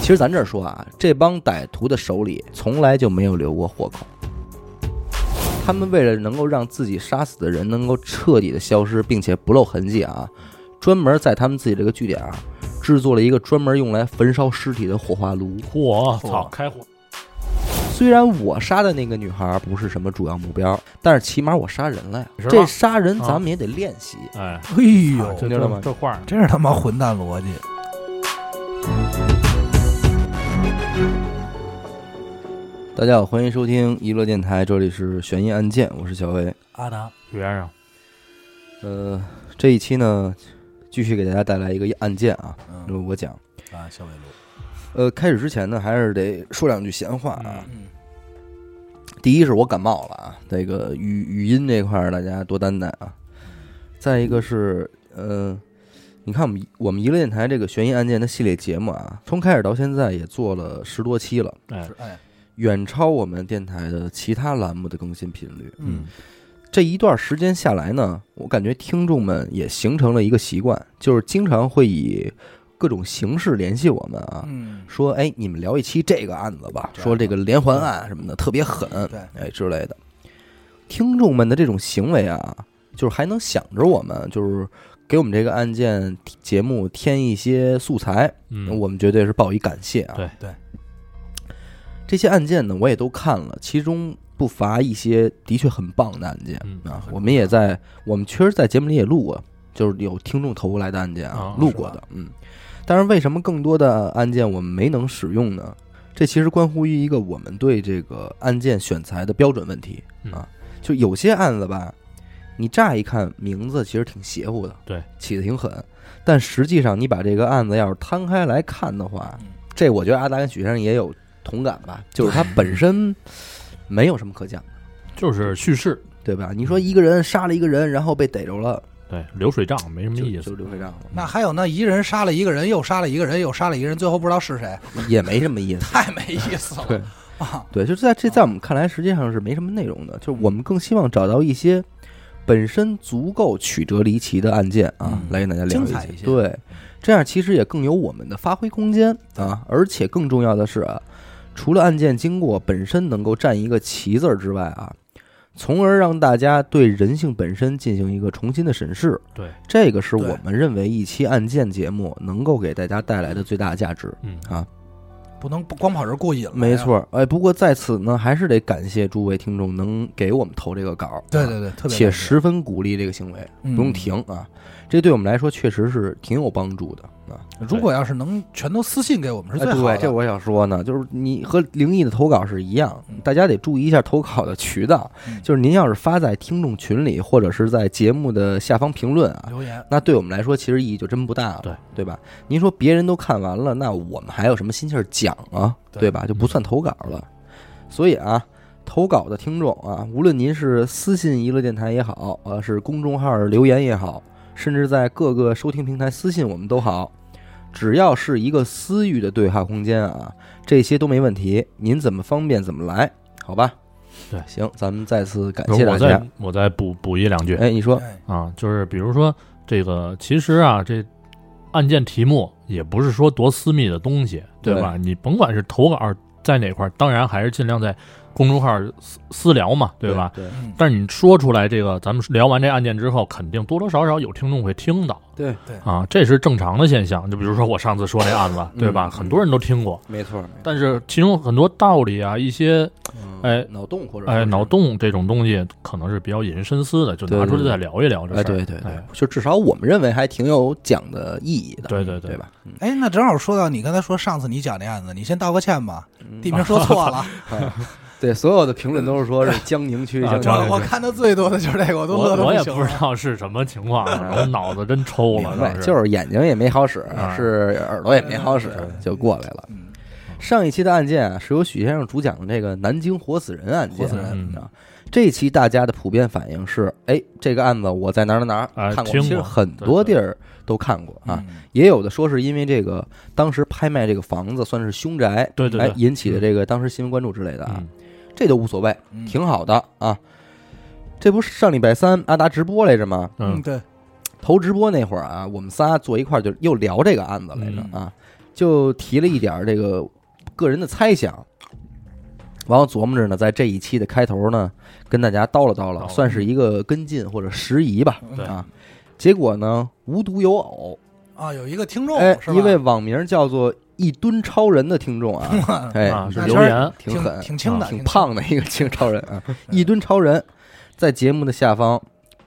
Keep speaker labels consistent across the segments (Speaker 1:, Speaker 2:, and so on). Speaker 1: 其实咱这儿说啊，这帮歹徒的手里从来就没有留过活口。他们为了能够让自己杀死的人能够彻底的消失，并且不露痕迹啊，专门在他们自己这个据点啊，制作了一个专门用来焚烧尸体的火化炉。
Speaker 2: 嚯，
Speaker 1: 操
Speaker 2: 操，开火！
Speaker 1: 虽然我杀的那个女孩不是什么主要目标，但是起码我杀人了呀
Speaker 2: 是。吧
Speaker 1: 这杀人
Speaker 2: 啊
Speaker 1: 咱们也得练习。
Speaker 2: 哎，
Speaker 3: 哎
Speaker 2: 啊这
Speaker 3: 呦，
Speaker 1: 听见了
Speaker 2: 这
Speaker 1: 吗
Speaker 2: 这话儿
Speaker 3: 真是他妈混蛋逻辑！
Speaker 1: 大家好，欢迎收听娱乐电台，这里是悬疑案件，我是小薇。
Speaker 3: 阿达，
Speaker 2: 圆上，
Speaker 1: 呃，这一期呢，继续给大家带来一个案件啊，
Speaker 3: 嗯
Speaker 1: 由我讲。
Speaker 3: 啊，小伟路，
Speaker 1: 呃，开始之前呢，还是得说两句闲话啊。
Speaker 2: 嗯
Speaker 3: 嗯，
Speaker 1: 第一是我感冒了啊，这个语语音这块儿大家多担待啊。再一个是，呃，你看我们我们娱乐电台这个悬疑案件的系列节目啊，从开始到现在也做了十多期了，
Speaker 2: 哎
Speaker 3: 是，哎，
Speaker 1: 远超我们电台的其他栏目的更新频率。
Speaker 3: 嗯，
Speaker 1: 这一段时间下来呢，我感觉听众们也形成了一个习惯，就是经常会以各种形式联系我们啊，
Speaker 3: 嗯，
Speaker 1: 说哎，你们聊一期这个案子吧，
Speaker 3: 对
Speaker 1: 说这个连环案什么的特别狠，
Speaker 3: 对
Speaker 1: 哎之类的。听众们的这种行为啊，就是还能想着我们，就是给我们这个案件节目添一些素材，
Speaker 2: 嗯，
Speaker 1: 我们绝对是报以感谢啊。
Speaker 2: 对
Speaker 3: 对，
Speaker 1: 这些案件呢，我也都看了，其中不乏一些的确很棒的案件、
Speaker 2: 嗯
Speaker 1: 啊
Speaker 3: 很。棒
Speaker 1: 我们也在我们确实，在节目里也录过，就是有听众投过来的案件啊
Speaker 2: 啊，
Speaker 1: 录过的，嗯。但是为什么更多的案件我们没能使用呢？这其实关乎于一个我们对这个案件选材的标准问题
Speaker 2: 嗯
Speaker 1: 啊。就有些案子吧，你乍一看名字其实挺邪乎的，
Speaker 2: 对，
Speaker 1: 起的挺狠，但实际上你把这个案子要是摊开来看的话
Speaker 3: 嗯，
Speaker 1: 这我觉得阿达跟许先生也有同感 吧，就是他本身没有什么可讲的，
Speaker 2: 就是叙事，
Speaker 1: 对吧？你说
Speaker 2: 嗯
Speaker 1: 一个人杀了一个人，然后被逮着了，
Speaker 2: 对，流水账没什么
Speaker 1: 就
Speaker 2: 意
Speaker 1: 就
Speaker 2: 思，
Speaker 1: 流水账了，
Speaker 3: 那还有那一人杀了一个人，又杀了一个人，又杀了一个人，最后不知道是谁，
Speaker 1: 也没什么意思。
Speaker 3: 太没意思了。
Speaker 1: 对
Speaker 3: 啊，
Speaker 1: 对，就是在这在我们看来，实际上是没什么内容的。就是我们更希望找到一些本身足够曲折离奇的案件啊，
Speaker 3: 嗯
Speaker 1: 来跟大家聊
Speaker 3: 精彩一些
Speaker 1: 对，这样其实也更有我们的发挥空间啊。而且更重要的是啊，除了案件经过本身能够占一个“奇”字儿之外啊，从而让大家对人性本身进行一个重新的审视。
Speaker 2: 对，
Speaker 1: 这个是
Speaker 3: 对
Speaker 1: 我们认为一期案件节目能够给大家带来的最大价值。
Speaker 2: 嗯
Speaker 1: 啊，
Speaker 3: 不能不光跑这儿过瘾了。
Speaker 1: 没，错，哎，不过在此呢，还是得感谢诸位听众能给我们投这个稿儿，
Speaker 3: 对
Speaker 1: 啊，
Speaker 3: 对对，特别
Speaker 1: 且
Speaker 3: 感谢
Speaker 1: 十分鼓励这个行为，不用。
Speaker 3: 嗯
Speaker 1: 停啊，这对我们来说确实是挺有帮助的啊。
Speaker 3: 如果要是能全都私信给我们，是
Speaker 1: 哎
Speaker 3: 最好
Speaker 1: 对，这
Speaker 3: 的。
Speaker 1: 我想说呢，就是你和灵异的投稿是一样
Speaker 3: 嗯，
Speaker 1: 大家得注意一下投稿的渠道
Speaker 3: 嗯，
Speaker 1: 就是您要是发在听众群里，或者是在节目的下方评论啊。
Speaker 3: 留言，
Speaker 1: 那对我们来说，其实意义就真不大了，
Speaker 2: 对
Speaker 1: 对吧？您说别人都看完了，那我们还有什么心气儿讲啊？
Speaker 3: 对
Speaker 1: 对吧？就
Speaker 2: 嗯
Speaker 1: 不算投稿了。所以啊，投稿的听众啊，无论您是私信娱乐电台也好，呃，是公众号留言也好，甚至在各个收听平台私信我们都好，只要是一个私域的对话空间啊，这些都没问题。您怎么方便怎么来，好吧？
Speaker 2: 对
Speaker 1: 行，咱们再次感谢大
Speaker 2: 我
Speaker 1: 家
Speaker 2: 再。我再补补一两句
Speaker 1: 哎，你说，
Speaker 3: 哎
Speaker 2: 啊，就是比如说这个，其实啊，这案件题目也不是说多私密的东西，对吧？你甭管是投稿在哪块儿，当然还是尽量在公众号私私聊嘛，对吧？？
Speaker 1: 对
Speaker 3: 嗯，
Speaker 2: 但是你说出来这个，咱们聊完这案件之后，肯定多多少少有听众会听到
Speaker 1: 对，
Speaker 2: 啊，这是正常的现象。就比如说我上次说那案子，对吧？
Speaker 1: 嗯
Speaker 2: 很多人都听过，
Speaker 1: 没错。
Speaker 2: 但是其中很多道理啊，一些
Speaker 1: 嗯
Speaker 2: 哎
Speaker 1: 脑洞或者
Speaker 2: 哎
Speaker 1: 是
Speaker 2: 脑，洞这种东西，可能是比较引人深思的，就拿出
Speaker 1: 对对
Speaker 2: 来
Speaker 1: 对
Speaker 2: 再聊一聊这
Speaker 1: 哎，
Speaker 2: 事儿。
Speaker 1: 对对对
Speaker 2: 哎，
Speaker 1: 就至少我们认为还挺有讲的意义的。
Speaker 2: 对对对
Speaker 1: 对吧？嗯
Speaker 3: 哎，那正好说到你刚才说上次你讲那案子，你先道个歉吧，地名说错了。
Speaker 1: 对，所有的评论都是 说是江宁区，
Speaker 2: 啊
Speaker 1: 江
Speaker 2: 江
Speaker 1: 宁
Speaker 2: 宁
Speaker 3: 我
Speaker 1: 区
Speaker 3: 我看的最多的就是这个，我都乐
Speaker 2: 我
Speaker 3: 得
Speaker 2: 我也
Speaker 3: 行
Speaker 2: 不知
Speaker 3: 了。
Speaker 2: 道是什么情 况，我脑子真抽
Speaker 1: 明
Speaker 2: 了，
Speaker 1: 白，
Speaker 2: 当时
Speaker 1: 就是眼睛也没好使，
Speaker 2: 啊
Speaker 1: 是耳朵也没好使，就过来了。
Speaker 3: 嗯
Speaker 1: 上一期的案件啊，是由许先生主讲的这个南京活死人案件。
Speaker 3: 活死人
Speaker 2: 嗯
Speaker 1: 啊，这一期大家的普遍反应是，哎，这个案子我在哪儿哪儿哪儿
Speaker 2: 哎
Speaker 1: 看过，
Speaker 2: 听
Speaker 1: 其实
Speaker 2: 过
Speaker 1: 很
Speaker 2: 对
Speaker 1: 多地
Speaker 2: 对
Speaker 1: 儿都看过啊。
Speaker 3: 嗯
Speaker 1: 也有的说是因为这个当时拍卖这个房子算是凶宅，
Speaker 2: 对对对
Speaker 1: 哎引起的这个当时新闻关注之类的啊，
Speaker 2: 嗯
Speaker 1: 这都无所谓，
Speaker 3: 嗯
Speaker 1: 挺好的啊。这不是上礼拜三阿达直播来着吗？
Speaker 3: 嗯
Speaker 2: 嗯
Speaker 3: 对，
Speaker 2: 嗯
Speaker 1: 头直播那会儿啊，我们仨坐一块儿就又聊这个案子来着啊。就提了一点儿这个个人的猜想。完了琢磨着呢，在这一期的开头呢，跟大家叨了叨
Speaker 2: 叨
Speaker 1: 了，
Speaker 2: 了
Speaker 1: 算是一个跟进或者拾遗吧
Speaker 2: 嗯对
Speaker 1: 啊。结果呢，无独有偶，
Speaker 3: 啊，有一个听众
Speaker 1: 哎，
Speaker 3: 是吧？
Speaker 1: 一位网名叫做“一吨超人”的听众啊， 哎
Speaker 2: 啊，，是
Speaker 3: 那
Speaker 2: 留
Speaker 3: 圈儿
Speaker 2: 言，
Speaker 1: 挺
Speaker 3: 挺
Speaker 1: 狠，
Speaker 3: 挺轻的，
Speaker 2: 啊
Speaker 1: 挺
Speaker 3: 轻，
Speaker 1: 胖的一个清超人啊，一吨超人，在节目的下方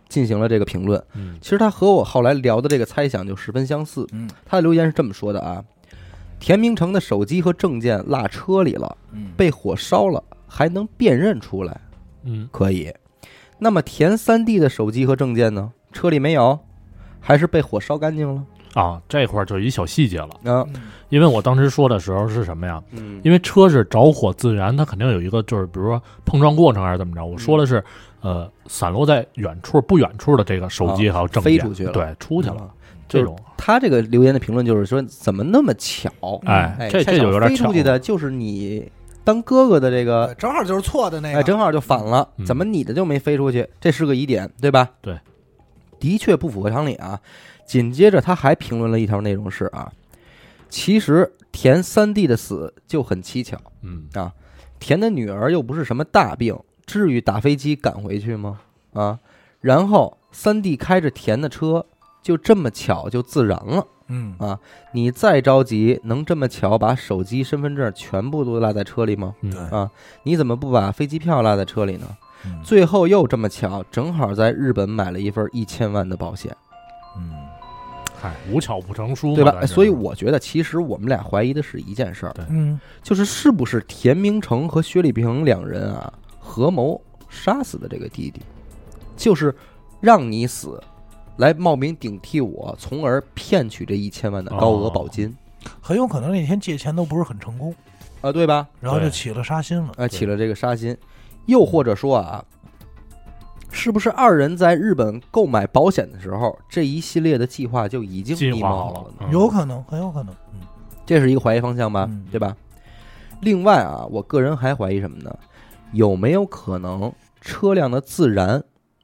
Speaker 1: 进行了这个评论。
Speaker 2: 嗯
Speaker 1: 其实他和我后来聊的这个猜想就十分相似。
Speaker 3: 嗯
Speaker 1: 他的留言是这么说的啊：田明成的手机和证件落车里了，
Speaker 3: 嗯，
Speaker 1: 被火烧了，还能辨认出来，
Speaker 2: 嗯，
Speaker 1: 可以。那么田三弟的手机和证件呢？车里没有，还是被火烧干净了？
Speaker 2: 啊，这块儿就一小细节了，
Speaker 1: 啊，
Speaker 3: 嗯
Speaker 2: 因为我当时说的时候是什么呀？
Speaker 1: 嗯
Speaker 2: 因为车是着火自燃，它肯定有一个就是比如说碰撞过程还是怎么着。我
Speaker 1: 嗯
Speaker 2: 说的是，呃，散落在远处不远处的这个手机还有证件
Speaker 1: 啊飞出去了嗯
Speaker 2: 对，出去了
Speaker 1: 了。
Speaker 2: 这种，
Speaker 1: 他这个留言的评论就是说，怎么那么巧？
Speaker 2: 哎，这
Speaker 1: 蔡
Speaker 2: 这
Speaker 1: 嗯小
Speaker 2: 就有点
Speaker 1: 飞
Speaker 2: 巧
Speaker 1: 出。去的就是你当哥哥的这个
Speaker 3: 对，正好就是错的那个，
Speaker 1: 哎，正好就反了，
Speaker 2: 嗯
Speaker 1: 怎么你的就没飞出去？这是个疑点，对吧？
Speaker 2: 对，
Speaker 1: 的确不符合常理啊。紧接着他还评论了一条内容是啊，其实田三弟的死就很蹊跷，
Speaker 2: 嗯，
Speaker 1: 田的女儿又不是什么大病，至于打飞机赶回去吗？啊，然后三弟开着田的车，就这么巧就自燃了。
Speaker 3: 嗯
Speaker 1: 你再着急，能这么巧把手机、身份证全部都落在车里吗？
Speaker 2: 嗯
Speaker 3: 对
Speaker 1: 啊，你怎么不把飞机票落在车里呢？
Speaker 3: 嗯
Speaker 1: 最后又这么巧，正好在日本买了一份一千万的保险，
Speaker 3: 嗯
Speaker 2: 嗨，无巧不成书嘛，
Speaker 1: 对吧
Speaker 2: 咱？
Speaker 1: 哎
Speaker 2: 这
Speaker 1: 所以
Speaker 2: 是
Speaker 1: 我觉得，其实我们俩怀疑的是一件事儿，
Speaker 3: 嗯
Speaker 1: 就是是不是田明成和薛丽萍两人啊合谋杀死的这个弟弟，就是让你死，来冒名顶替我，从而骗取这一千万的高额保金
Speaker 3: 很有可能那天借钱都不是很成功，
Speaker 1: 啊、对吧？
Speaker 3: 然后就
Speaker 2: 对
Speaker 3: 起了杀心了。
Speaker 1: 啊，起了这个杀心，又或者说啊。是不是二人在日本购买保险的时候，这一系列的计划就已经
Speaker 2: 计
Speaker 1: 密
Speaker 2: 划
Speaker 1: 谋
Speaker 2: 好
Speaker 1: 好了
Speaker 2: 了
Speaker 1: 呢？，
Speaker 2: 嗯
Speaker 3: 有可能，很有可能。嗯
Speaker 1: 这是一个怀疑方向吧，
Speaker 3: 嗯
Speaker 1: 对吧？另外啊，我个人还怀疑什么呢？有没有可能车辆的自燃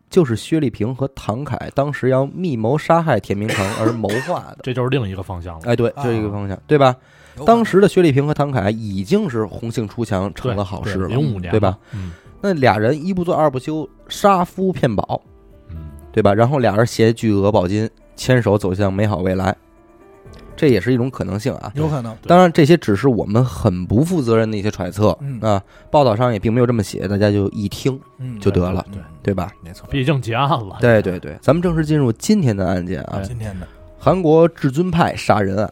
Speaker 1: 就是薛丽萍和唐凯当时要密谋杀害田明成而谋划 的？
Speaker 2: 这就是另一个方向了。
Speaker 1: 哎，对，这
Speaker 3: 啊
Speaker 1: 是一个方向，对吧？
Speaker 3: 有可能
Speaker 1: 当时的薛丽萍和唐凯已经是红杏出墙，成了好事了，
Speaker 2: 零五年
Speaker 1: 对吧？？
Speaker 2: 嗯
Speaker 1: 那俩人一不做二不休，杀夫骗保，
Speaker 2: 嗯，
Speaker 1: 对吧？然后俩人携巨额保金，牵手走向美好未来，这也是一种可能性啊。
Speaker 3: 有可能，
Speaker 2: 对
Speaker 1: 当然，这些只是我们很不负责任的一些揣测，
Speaker 3: 嗯
Speaker 1: 啊，报道上也并没有这么写，大家就一听
Speaker 3: 嗯，
Speaker 1: 就得了，
Speaker 3: 对，
Speaker 1: 对吧？
Speaker 3: 没错。
Speaker 2: 毕竟结案了。
Speaker 1: 对对对，咱们正式进入今天的案件啊，
Speaker 3: 今天的
Speaker 1: 韩国至尊派杀人案。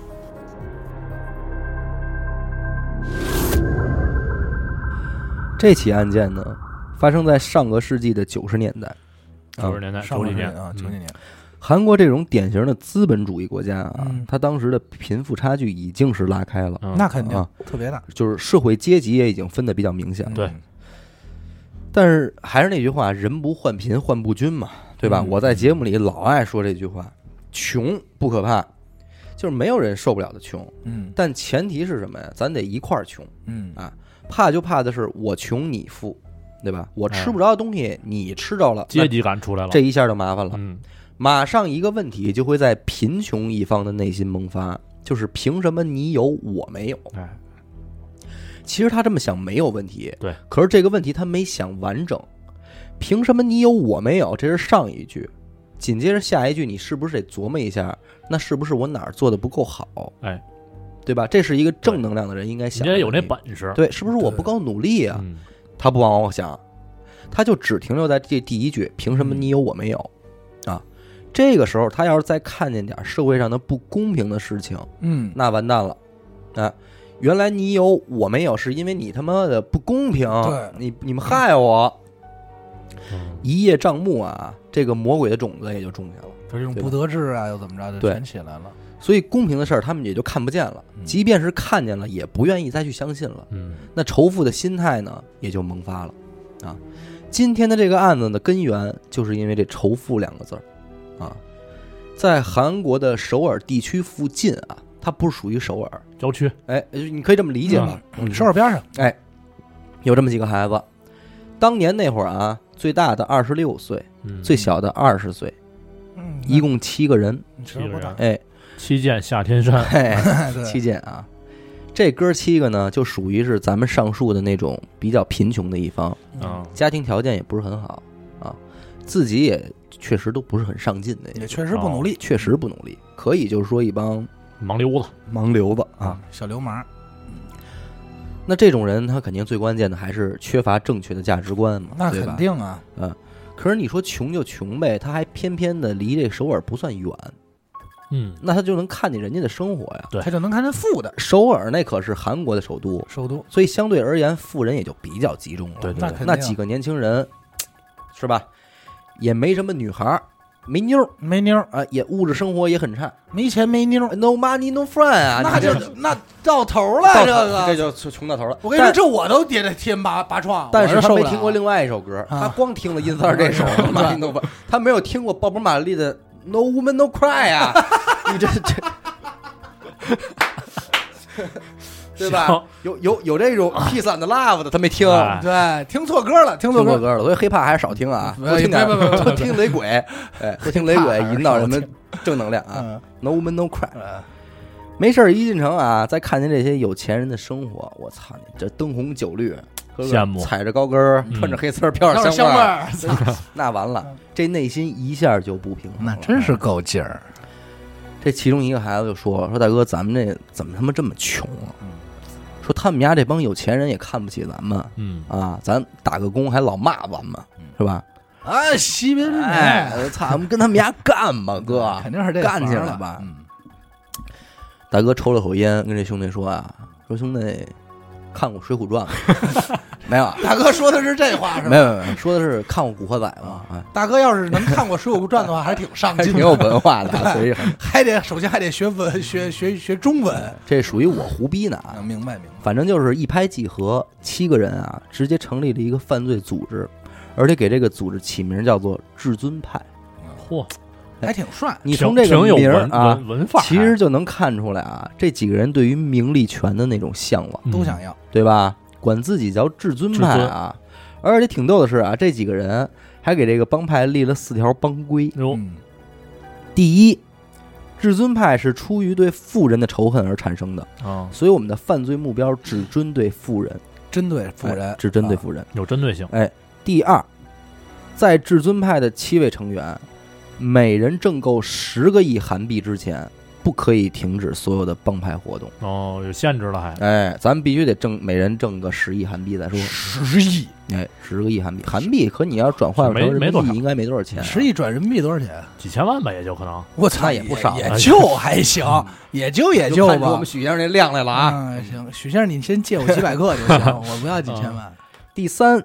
Speaker 1: 这起案件呢，发生在上个世纪的九十年代，啊
Speaker 2: 九十年代
Speaker 3: 上
Speaker 2: 九
Speaker 3: 半
Speaker 2: 几
Speaker 3: 世纪
Speaker 2: 年
Speaker 3: 啊，
Speaker 2: 嗯
Speaker 3: 九几年，
Speaker 1: 韩国这种典型的资本主义国家啊
Speaker 3: 嗯，
Speaker 1: 它当时的贫富差距已经是拉开了，
Speaker 2: 嗯
Speaker 3: 那肯
Speaker 1: 啊
Speaker 3: 定特别大。
Speaker 1: 就是社会阶级也已经分得比较明显了。
Speaker 2: 对
Speaker 3: 嗯，
Speaker 2: 嗯
Speaker 1: 但是还是那句话，人不患贫患不均嘛，对吧？
Speaker 3: 嗯
Speaker 1: 我在节目里老爱说这句话，穷不可怕，就是没有人受不了的穷，
Speaker 3: 嗯
Speaker 1: 但前提是什么呀？咱得一块儿穷，
Speaker 3: 嗯
Speaker 1: 啊怕就怕的是我穷你富，对吧？我吃不着的东西你吃着了，
Speaker 2: 哎阶级感出来
Speaker 1: 那
Speaker 2: 了。
Speaker 1: 这一下就麻烦了。
Speaker 2: 嗯，
Speaker 1: 马上一个问题就会在贫穷一方的内心萌发，就是凭什么你有我没有？
Speaker 2: 哎，
Speaker 1: 其实他这么想没有问题，
Speaker 2: 对。
Speaker 1: 可是这个问题他没想完整，凭什么你有我没有？这是上一句，紧接着下一句你是不是得琢磨一下，那是不是我哪儿做的不够好？
Speaker 2: 哎，
Speaker 1: 对吧？这是一个正能量的人应该
Speaker 2: 你
Speaker 1: 想的
Speaker 2: 得
Speaker 1: 问题，
Speaker 2: 有那本事。
Speaker 1: 对，是不是我不够努力啊？
Speaker 2: 嗯，
Speaker 1: 他不往我想，他就只停留在这第一句，凭什么
Speaker 3: 嗯
Speaker 1: 你有我没有？啊，这个时候他要是再看见点社会上的不公平的事情，
Speaker 3: 嗯，
Speaker 1: 那完蛋了，啊！原来你有我没有，是因为你他妈的不公平，
Speaker 3: 对
Speaker 1: 你你们害我，
Speaker 2: 嗯
Speaker 1: 一叶障目啊，这个魔鬼的种子也就种下了。
Speaker 3: 就这种
Speaker 1: 对
Speaker 3: 不
Speaker 1: 吧
Speaker 3: 得志啊，又怎么着，就
Speaker 1: 对
Speaker 3: 全起来了。
Speaker 1: 所以公平的事儿他们也就看不见了，
Speaker 3: 嗯
Speaker 1: 即便是看见了，也不愿意再去相信了。
Speaker 2: 嗯
Speaker 1: 那仇富的心态呢，也就萌发了啊。今天的这个案子的根源，就是因为这“仇富”两个字儿啊，在韩国的首尔地区附近啊，它不是属于首尔，
Speaker 2: 郊区，
Speaker 1: 哎，你可以这么理解
Speaker 3: 啊
Speaker 1: 吧？嗯
Speaker 3: 首尔边上，
Speaker 1: 有这么几个孩子，当年那会儿啊，最大的二十六岁，
Speaker 2: 嗯，
Speaker 1: 最小的二十岁，
Speaker 3: 嗯，
Speaker 1: 一共七个人，
Speaker 3: 你说不大，
Speaker 1: 哎，
Speaker 2: 七剑下天山，
Speaker 1: 嘿，
Speaker 3: 嗯 对，
Speaker 1: 七件啊。这哥七个呢，就属于是咱们上述的那种比较贫穷的一方，
Speaker 3: 嗯
Speaker 2: 啊，
Speaker 1: 家庭条件也不是很好啊，自己也确实都不是很上进的，
Speaker 3: 也确实不努力，嗯
Speaker 1: 确实不努力，可以就是说一帮
Speaker 2: 盲流子，
Speaker 1: 盲流子啊。
Speaker 3: 啊，小流氓，
Speaker 1: 那这种人，他肯定最关键的还是缺乏正确的价值观嘛，
Speaker 3: 那
Speaker 1: 对吧
Speaker 3: 肯。定啊，
Speaker 1: 可是你说穷就穷呗，他还偏偏的离这首尔不算远，
Speaker 2: 嗯，
Speaker 1: 那他就能看见人家的生活呀。
Speaker 2: 对
Speaker 3: 他就能看见富的
Speaker 1: 首尔那可是韩国的首都，
Speaker 3: 首都，
Speaker 1: 所以相对而言，富人也就比较集中了。
Speaker 2: 对对
Speaker 3: 那
Speaker 2: 对
Speaker 3: 肯定啊
Speaker 1: 那几个年轻人，是吧？也没什么女孩儿，没妞儿
Speaker 3: 没妞儿，
Speaker 1: 啊，也物质生活也很差
Speaker 3: 没钱没妞儿，
Speaker 1: ，no money no friend 啊，
Speaker 3: 那
Speaker 1: 你
Speaker 3: 就
Speaker 1: 这
Speaker 3: 那到头了，
Speaker 1: 到
Speaker 3: 这个
Speaker 1: 这就穷到头了。
Speaker 3: 我跟你说，
Speaker 1: 但，
Speaker 3: 这我都跌得天拔拔创，
Speaker 1: 但
Speaker 3: 我
Speaker 1: 是
Speaker 3: 是
Speaker 1: 他
Speaker 3: 受
Speaker 1: 没
Speaker 3: 不了
Speaker 1: 听过另外一首歌，
Speaker 3: 啊
Speaker 1: 他光听了《音色》这 首 No money no friend，他没有听过鲍勃·马利的《No Woman No Cry》啊， 你这这。 对吧
Speaker 2: 行？
Speaker 1: 有有有这种 peace and love 的，他没听，
Speaker 2: 哎
Speaker 3: 对，听错歌了，听
Speaker 1: 啊听
Speaker 3: 错
Speaker 1: 过
Speaker 3: 歌，
Speaker 1: 歌了，所以 hiphop 还是少听啊，
Speaker 3: 哎
Speaker 1: 多听点，
Speaker 3: 别别别别
Speaker 1: 多听雷鬼，哎，多听雷
Speaker 3: hiphop 还
Speaker 1: 鬼
Speaker 3: 是少听
Speaker 1: 引导人们正能量啊。
Speaker 3: 嗯，
Speaker 1: No woman no cry，
Speaker 3: 嗯
Speaker 1: 没事儿一进城啊，再看见这些有钱人的生活，我操你这灯红酒绿，喝个
Speaker 2: 羡慕
Speaker 1: 踩着高跟儿，
Speaker 2: 嗯
Speaker 1: 穿着黑丝儿，飘
Speaker 3: 要
Speaker 1: 着
Speaker 3: 是香
Speaker 1: 味
Speaker 3: 味
Speaker 1: 儿，
Speaker 3: 儿，
Speaker 1: 那完了，这内心一下就不平衡了。 哎
Speaker 3: 那真是够劲儿，
Speaker 1: 这其中一个孩子就说说大哥，咱们这怎么他妈这么穷啊？说他们家这帮有钱人也看不起咱们
Speaker 2: 嗯，
Speaker 1: 啊，咱打个工还老骂咱们，
Speaker 3: 嗯
Speaker 1: 是吧？
Speaker 3: 啊，西边人，
Speaker 1: 哎，我操，我们跟他们家干吧，哥！
Speaker 3: 肯定是这
Speaker 1: 干起
Speaker 3: 行
Speaker 1: 来
Speaker 3: 了
Speaker 1: 吧
Speaker 3: 嗯
Speaker 1: 大哥抽了口烟，跟这兄弟说啊，说兄弟，看过《水浒传》吗？ 没有啊，
Speaker 3: 大哥说的是这话是吧？
Speaker 1: 没有，没有，没有说的是看过《古惑仔》吗？哎，
Speaker 3: 大哥要是能看过《水浒传》 的话，还是挺上
Speaker 1: 还
Speaker 3: 进
Speaker 1: 挺
Speaker 3: 的，
Speaker 1: 有文化的 啊，所以很
Speaker 3: 还得首先还得学文，学学学中文。
Speaker 1: 这属于我胡逼呢啊
Speaker 3: 啊，。明白明白。
Speaker 1: 反正就是一拍即合，七个人啊，直接成立了一个犯罪组织，而且给这个组织起名叫做至尊派。
Speaker 2: 嗯
Speaker 1: 哎
Speaker 2: 嚯，
Speaker 3: 还挺帅。
Speaker 1: 你
Speaker 2: 挺
Speaker 1: 从这个
Speaker 2: 挺有
Speaker 1: 名儿
Speaker 2: 文
Speaker 1: 啊，
Speaker 2: 文文法，
Speaker 1: 其实就能看出来啊，这几个人对于名利权的那种向往。
Speaker 2: 嗯
Speaker 3: 都想要，
Speaker 1: 对吧？管自己叫至尊派啊。而且挺逗的是啊，这几个人还给这个帮派立了四条帮规。
Speaker 2: 哟，
Speaker 3: 嗯，
Speaker 1: 第一，至尊派是出于对富人的仇恨而产生的，
Speaker 2: 啊，
Speaker 1: 所以我们的犯罪目标只针对富人，
Speaker 3: 针对富人
Speaker 1: 哎，只针对
Speaker 3: 啊
Speaker 1: 富人。
Speaker 2: 有针对性，
Speaker 1: 第二，在至尊派的七位成员每人挣够十个亿韩币之前，不可以停止所有的帮派活动。
Speaker 2: 哦，有限制了还，
Speaker 1: 哎，咱们必须得挣每人挣个十亿韩币再说。
Speaker 3: 十亿，
Speaker 1: 哎，十个亿韩币，韩币可你要转换
Speaker 2: 没
Speaker 1: 成人
Speaker 2: 没
Speaker 1: 民
Speaker 2: 多少
Speaker 1: 币，应该没多少钱啊、
Speaker 3: 十亿转人民币多少钱？
Speaker 2: 几千万吧，也就可能，
Speaker 3: 我操，
Speaker 1: 那也不少啊嗯
Speaker 3: 也就还行，也就也
Speaker 1: 就看出我
Speaker 3: 吧
Speaker 1: 们。许先生这量来了啊！
Speaker 3: 嗯，行，许先生，你先借我几百个就行，我 不要几千万。
Speaker 1: 第三，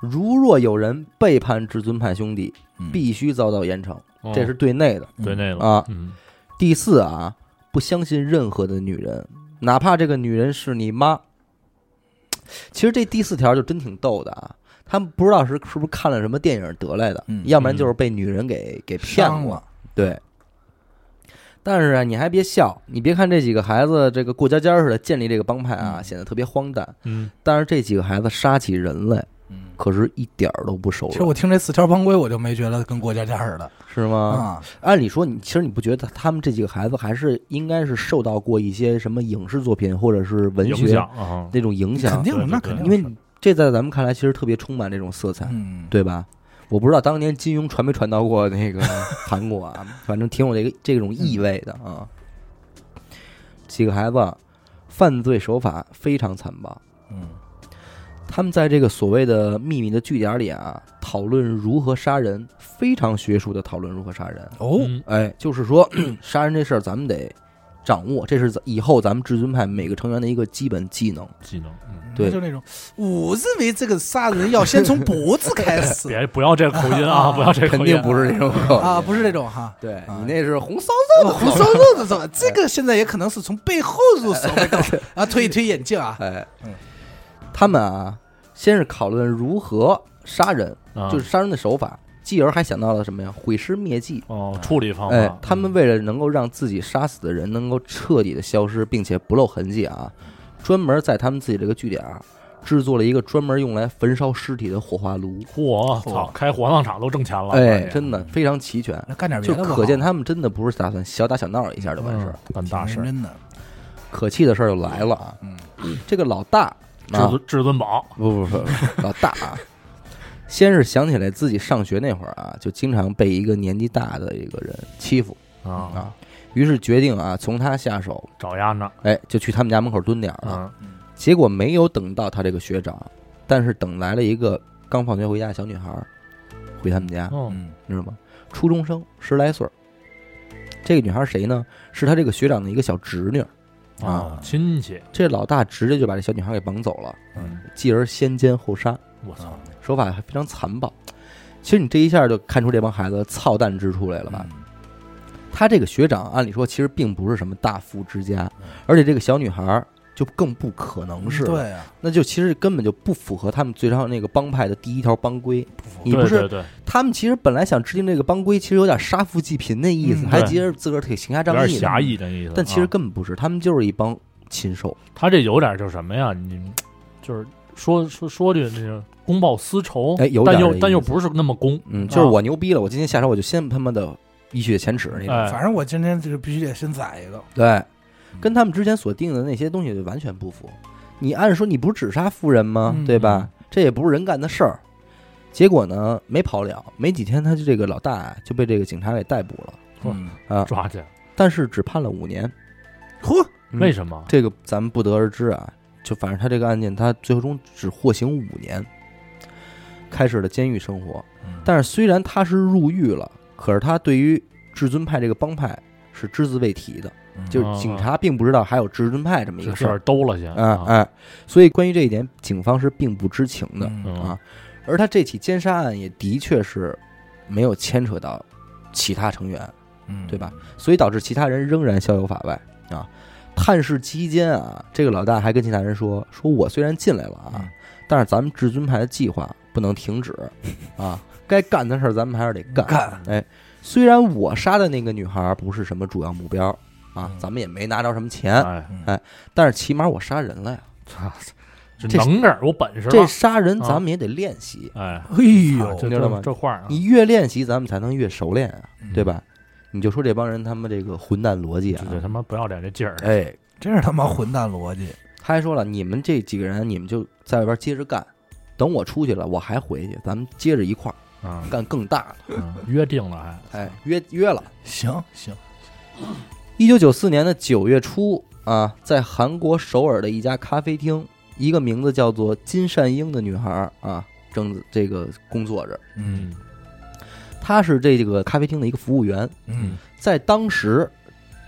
Speaker 1: 如若有人背叛至尊派兄弟，
Speaker 3: 嗯
Speaker 1: 必须遭到严惩，
Speaker 2: 哦
Speaker 1: 这是对内的。
Speaker 2: 对那个
Speaker 1: 啊，
Speaker 2: 嗯，
Speaker 1: 第四啊，不相信任何的女人，哪怕这个女人是你妈。其实这第四条就真挺逗的啊。他们不知道是是不是看了什么电影得来的，
Speaker 3: 嗯
Speaker 1: 要不然就是被女人给给骗
Speaker 3: 伤
Speaker 1: 过
Speaker 3: 了。，
Speaker 1: 对。但是啊，你还别笑，你别看这几个孩子这个过家家似的建立这个帮派啊，显得特别荒诞。
Speaker 2: 嗯，
Speaker 1: 但是这几个孩子杀起人来，
Speaker 3: 嗯，
Speaker 1: 可是一点儿都不手
Speaker 3: 其实
Speaker 1: 软，
Speaker 3: 我听这四条帮规，我就没觉得跟过家家似的
Speaker 1: 是吗？
Speaker 3: 啊。
Speaker 1: 按理说，你其实你不觉得他们这几个孩子还是应该是受到过一些什么影视作品或者是文
Speaker 2: 影响
Speaker 1: 学
Speaker 2: 啊，
Speaker 1: 那种影
Speaker 3: 肯
Speaker 1: 响？
Speaker 3: 定
Speaker 2: 对
Speaker 3: 的，
Speaker 2: 对
Speaker 3: 那
Speaker 2: 对
Speaker 3: 肯定
Speaker 1: 因
Speaker 3: 的，
Speaker 1: 为这在咱们看来其实特别充满这种色彩，
Speaker 3: 嗯，
Speaker 1: 对吧？我不知道当年金庸传没传到过那个 韩国啊，反正挺有这个这种意味的
Speaker 2: 嗯
Speaker 1: 啊。几个孩子啊犯罪手法非常残暴，
Speaker 3: 嗯，
Speaker 1: 他们在这个所谓的秘密的据点里啊，讨论如何杀人，非常学术的讨论如何杀人。
Speaker 3: 哦，
Speaker 2: 嗯
Speaker 1: 哎，就是说杀人这事儿，咱们得掌握，这是咱以后咱们至尊派每个成员的一个基本技能。
Speaker 2: 技能，嗯，
Speaker 1: 对
Speaker 3: 就那种我认为这个杀人要先从脖子开 始
Speaker 2: 别不要这口音啊，不要这口音，
Speaker 1: 肯定不是这种 口音
Speaker 3: 啊，不是那种哈。
Speaker 1: 对
Speaker 3: 啊
Speaker 1: 你那是红烧肉
Speaker 3: 呃
Speaker 1: 的口
Speaker 3: 红
Speaker 1: 音
Speaker 3: 烧肉的是吧？这个现在也可能是从背后入手的，啊，推一推眼镜啊，
Speaker 1: 哎
Speaker 3: 嗯，
Speaker 1: 他们啊，先是讨论如何杀人，
Speaker 2: 啊，
Speaker 1: 就是杀人的手法，继而还想到了什么呀？毁尸灭迹。
Speaker 2: 哦，处理方法，
Speaker 1: 哎，他们
Speaker 2: 嗯
Speaker 1: 为了能够让自己杀死的人能够彻底的消失，并且不露痕迹啊，专门在他们自己这个据点啊，制作了一个专门用来焚烧尸体的火化炉。
Speaker 2: 嚯，
Speaker 3: 嚯
Speaker 2: 操，开火葬场都挣钱了，
Speaker 1: 哎，
Speaker 2: 关键
Speaker 1: 真的非常齐全，
Speaker 3: 嗯那干点别
Speaker 1: 就
Speaker 3: 的吧。
Speaker 1: 可见他们真的不是打算小打小闹一下就完事儿。
Speaker 2: 嗯干
Speaker 3: 挺
Speaker 2: 大事儿，
Speaker 3: 认真的，
Speaker 1: 可气的事儿就来了啊，
Speaker 3: 嗯，
Speaker 1: 这个老大
Speaker 2: 至
Speaker 1: 啊，
Speaker 2: 尊至尊宝，
Speaker 1: 不不不，不老大啊，先是想起来自己上学那会儿啊，就经常被一个年纪大的一个人欺负
Speaker 2: 啊，
Speaker 1: 啊，于是决定啊从他下手，
Speaker 2: 找丫呢，
Speaker 1: 哎，就去他们家门口蹲点儿啊。
Speaker 2: 嗯，
Speaker 1: 结果没有等到他这个学长，但是等来了一个刚放学回家的小女孩儿，回他们家，
Speaker 2: 哦，
Speaker 3: 嗯，
Speaker 1: 你知道吗？初中生十来岁儿。这个女孩儿谁呢？是他这个学长的一个小侄女。
Speaker 2: 啊，亲戚，
Speaker 1: 这老大直接就把这小女孩儿给绑走了，
Speaker 2: 嗯，
Speaker 1: 继而先奸后杀。
Speaker 2: 我操，
Speaker 1: 手法还非常残暴。其实你这一下就看出这帮孩子的操蛋之处来了
Speaker 2: 嗯
Speaker 1: 吧？
Speaker 3: 嗯
Speaker 1: 他这个学长，按理说其实并不是什么大富之家，
Speaker 2: 嗯
Speaker 1: 而且这个小女孩儿就更不可能是，，
Speaker 3: 对啊，
Speaker 1: 那就其实根本就不符合他们最上那个帮派的第一条帮规。你不
Speaker 2: 对
Speaker 1: 是
Speaker 2: 对对，
Speaker 1: 他们其实本来想制定这个帮规，其实有点杀富济贫的意思，
Speaker 3: 嗯
Speaker 1: 还
Speaker 2: 对
Speaker 1: 觉得自个儿挺行侠
Speaker 2: 有
Speaker 1: 仗
Speaker 2: 点
Speaker 1: 义的，
Speaker 2: 狭义的意思，
Speaker 1: 但其实
Speaker 2: 啊
Speaker 1: 根本不是，他们就是一帮禽兽。
Speaker 2: 他这有点就是什么呀？你就是说说说句那种公报私仇，
Speaker 1: 哎有点
Speaker 2: 但
Speaker 1: 这意
Speaker 2: 又
Speaker 1: 思
Speaker 2: 但又不是那么公，
Speaker 1: 嗯，就是我牛逼了，我今天下手我就先他妈的一雪前耻那种。
Speaker 2: 哎，
Speaker 3: 啊反正我今天这个必须得先宰一个，
Speaker 1: 对，跟他们之前所定的那些东西就完全不符。你按说你不是只杀富人吗？
Speaker 3: 嗯
Speaker 1: 对吧？这也不是人干的事儿。结果呢，没跑了，没几天他就这个老大啊就被这个警察给逮捕了，
Speaker 3: 嗯，
Speaker 1: 啊
Speaker 2: 抓去，
Speaker 1: 但是只判了五年。
Speaker 3: 嚯，
Speaker 1: 嗯
Speaker 2: 为什么？
Speaker 1: 这个咱们不得而知啊。就反正他这个案件，他最终只获刑五年，开始了监狱生活。但是虽然他是入狱了，可是他对于至尊派这个帮派是只字未提的，就是警察并不知道还有至尊派这么一
Speaker 2: 这
Speaker 1: 个
Speaker 2: 事
Speaker 1: 哦事儿
Speaker 2: 儿。兜了去
Speaker 1: 啊，哎，所以关于这一点，警方是并不知情的。
Speaker 3: 嗯
Speaker 2: 嗯
Speaker 1: 啊而他这起奸杀案也的确是没有牵扯到其他成员，
Speaker 3: 嗯，
Speaker 1: 对吧？所以导致其他人仍然逍遥法外啊。探视期间啊，这个老大还跟其他人说：“说我虽然进来了啊
Speaker 3: 嗯，
Speaker 1: 但是咱们至尊派的计划不能停止啊，该干的事儿咱们还是得干。
Speaker 3: 干
Speaker 1: 虽然我杀的那个女孩不是什么主要目标啊，
Speaker 3: 嗯
Speaker 1: 咱们也没拿着什么钱，
Speaker 2: 哎，
Speaker 1: 但是起码我杀人了呀。
Speaker 2: 操，这
Speaker 1: 这
Speaker 2: 能耐，有本事
Speaker 1: 这
Speaker 2: 吧？
Speaker 1: 杀人
Speaker 2: 啊
Speaker 1: 咱们也得练习。
Speaker 2: 哎，
Speaker 3: 哎
Speaker 2: 啊
Speaker 3: 呦，
Speaker 2: 这
Speaker 1: 你知道
Speaker 2: 这
Speaker 1: 吗
Speaker 2: 这话啊，
Speaker 1: 你越练习，咱们才能越熟练啊，
Speaker 3: 嗯
Speaker 1: 对吧？你就说这帮人他们这个混蛋逻辑
Speaker 2: 这这
Speaker 1: 啊，
Speaker 2: 他妈不要脸这劲儿，
Speaker 1: 哎，
Speaker 3: 真是他妈混蛋逻辑，
Speaker 1: 他还说了，你们这几个人，你们就在外边接着干，等我出去了，我还回去，咱们接着一块儿
Speaker 2: 啊，
Speaker 1: 干更大的，
Speaker 2: 啊约定了还，
Speaker 1: 哎，约约了。
Speaker 3: 行行，
Speaker 1: 一九九四年的九月初啊，在韩国首尔的一家咖啡厅，一个名字叫做金善英的女孩儿啊，正这个工作着，
Speaker 3: 嗯
Speaker 2: 嗯，
Speaker 1: 她是这个咖啡厅的一个服务员，
Speaker 3: 嗯
Speaker 1: 在当时，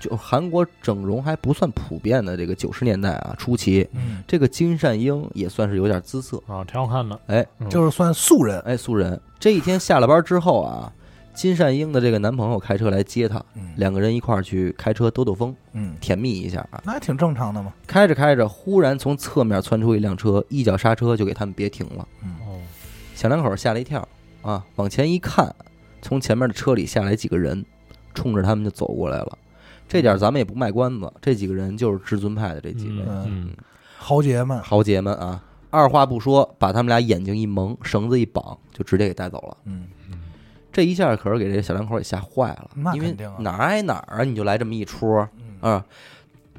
Speaker 1: 就韩国整容还不算普遍的这个九十年代啊初期，
Speaker 3: 嗯，
Speaker 1: 这个金善英也算是有点姿色。
Speaker 2: 啊，挺好看的，
Speaker 1: 哎
Speaker 3: 嗯就是算素人，
Speaker 1: 哎，素人，这一天下了班之后啊，金善英的这个男朋友开车来接她，
Speaker 3: 嗯
Speaker 1: 两个人一块儿去开车兜兜风，
Speaker 3: 嗯，
Speaker 1: 甜蜜一下啊。
Speaker 3: 那还挺正常的嘛，
Speaker 1: 开着开着，忽然从侧面窜出一辆车，一脚刹车就给他们别停了。
Speaker 2: 哦，
Speaker 1: 小两口吓了一跳啊，往前一看，从前面的车里下来几个人，冲着他们就走过来了。这点儿咱们也不卖关子，这几个人就是至尊派的这几位
Speaker 2: 嗯嗯，
Speaker 3: 豪杰们，
Speaker 1: 豪杰们啊，二话不说把他们俩眼睛一蒙，绳子一绑，就直接给带走了。
Speaker 3: 嗯，
Speaker 1: 这一下可是给这小两口也吓坏了，
Speaker 3: 那
Speaker 1: 因为
Speaker 3: 肯定啊
Speaker 1: 哪儿挨哪儿啊，你就来这么一出啊、
Speaker 3: 嗯